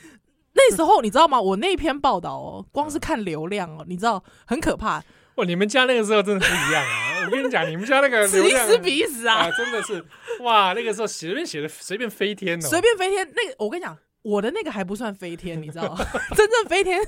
Speaker 3: 那时候你知道吗？我那篇报道哦，光是看流量哦，你知道很可怕，
Speaker 2: 哇，你们家那个时候真的不一样 啊！我跟你讲，你们家那个
Speaker 3: 此
Speaker 2: 流
Speaker 3: 一
Speaker 2: 量
Speaker 3: 时彼一时啊
Speaker 2: 啊，，真的是哇，那个时候随便写的随便飞天哦，
Speaker 3: 随便飞天。那个我跟你讲，我的那个还不算飞天，你知 道吗？真正飞天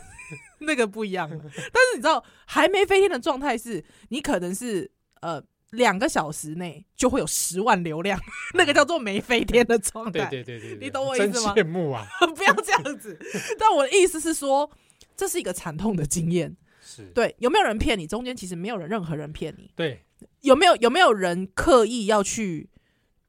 Speaker 3: 那个不一样了。但是你知道，还没飞天的状态是，你可能是呃。两个小时内就会有十万流量，那个叫做没飞天的状态。
Speaker 2: 对对对对对，
Speaker 3: 你懂我意思吗
Speaker 2: 真羡慕啊，
Speaker 3: 不要这样子。但我的意思是说，这是一个惨痛的经验。
Speaker 2: 是，
Speaker 3: 对，有没有人骗你？中间其实没有人，任何人骗你。
Speaker 2: 对
Speaker 3: 有没有有没有人刻意要去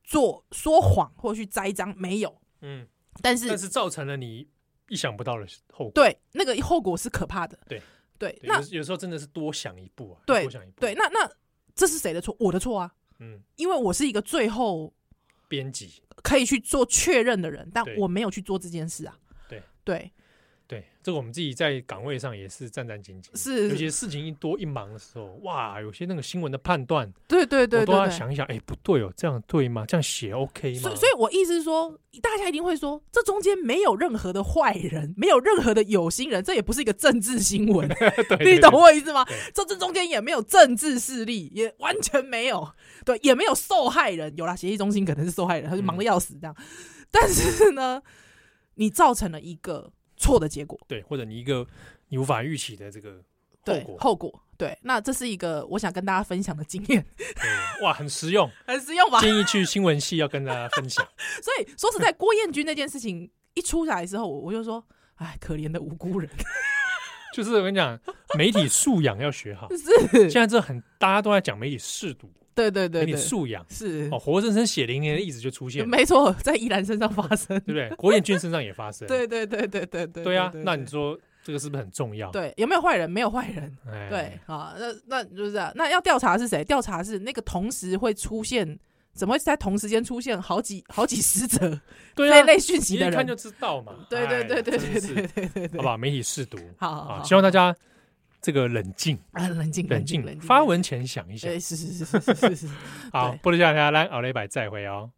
Speaker 3: 做说谎或去栽赃？没有。
Speaker 2: 嗯，
Speaker 3: 但是
Speaker 2: 但是造成了你意想不到的后果。
Speaker 3: 对那个后果是可怕的。
Speaker 2: 对
Speaker 3: 对，
Speaker 2: 对，
Speaker 3: 那
Speaker 2: 有有时候真的是多想一步啊，
Speaker 3: 对
Speaker 2: 多想一步，
Speaker 3: 对那那这是谁的错？我的错啊，
Speaker 2: 嗯，
Speaker 3: 因为我是一个最后
Speaker 2: 编辑，
Speaker 3: 可以去做确认的人，但
Speaker 2: 对
Speaker 3: 我没有去做这件事啊。
Speaker 2: 对
Speaker 3: 对，
Speaker 2: 对，这个我们自己在岗位上也是战战兢兢，
Speaker 3: 是
Speaker 2: 尤其事情一多一忙的时候，哇，有些那个新闻的判断，
Speaker 3: 对对对
Speaker 2: 我都
Speaker 3: 对
Speaker 2: 要
Speaker 3: 对。
Speaker 2: 想一想，哎，不对哦，这样对吗？这样写 OK 吗？
Speaker 3: 所以，所以我意思是说，大家一定会说，这中间没有任何的坏人，没有任何的有心人，这也不是一个政治新闻，
Speaker 2: 对对
Speaker 3: 你
Speaker 2: 对
Speaker 3: 懂我意思吗
Speaker 2: 对？
Speaker 3: 这这中间也没有政治势力，也完全没有，对，也没有受害人。有啦，协议中心可能是受害人，他就忙得要死这样。
Speaker 2: 嗯
Speaker 3: 但是呢，你造成了一个错的结果，
Speaker 2: 对，或者你一个你无法预期的这个后
Speaker 3: 对
Speaker 2: 果，
Speaker 3: 后果，对。那这是一个我想跟大家分享的经验，
Speaker 2: 对，哇，很实用，
Speaker 3: 很实用吧？
Speaker 2: 建议去新闻系要跟大家分享。
Speaker 3: 所以说实在，郭彦军那件事情一出来之后，我我就说，哎，可怜的无辜 人，
Speaker 2: 就是我跟你讲，媒体素养要学好。
Speaker 3: 是
Speaker 2: 现，在这很大家都在讲媒体试读，
Speaker 3: 对对对
Speaker 2: 媒体
Speaker 3: 对，
Speaker 2: 素养
Speaker 3: 是
Speaker 2: 哎哦，，活生生血淋淋的例子就出现了，
Speaker 3: 没错，在依兰身上发生，
Speaker 2: 对不对？国彦军身上也发生，
Speaker 3: 对对对对对对，
Speaker 2: 对啊
Speaker 3: 对。
Speaker 2: 那你说这个是不是很重要？，
Speaker 3: 对有没有坏人？没有坏人，
Speaker 2: 哎
Speaker 3: 对，啊，那那就是这样。那要调查是谁？调查是那个同时会出现，怎么会在同时间出现好几好几十则
Speaker 2: 对
Speaker 3: 这
Speaker 2: 啊，
Speaker 3: 类讯
Speaker 2: 你
Speaker 3: 息的
Speaker 2: 一看
Speaker 3: 人
Speaker 2: 就？知道嘛。
Speaker 3: 对对对对
Speaker 2: 哎
Speaker 3: 对
Speaker 2: 真是
Speaker 3: 对对对对，
Speaker 2: 好不好？媒体试读
Speaker 3: 好好
Speaker 2: 啊，
Speaker 3: 好
Speaker 2: 希望大家这个冷静，
Speaker 3: 啊，冷静，
Speaker 2: 冷
Speaker 3: 静，
Speaker 2: 静
Speaker 3: 冷，静。
Speaker 2: 发，文前想一想
Speaker 3: 哎，。是是是是是是是，
Speaker 2: 好
Speaker 3: 对，
Speaker 2: 波多笑下来，奥雷百再会哦。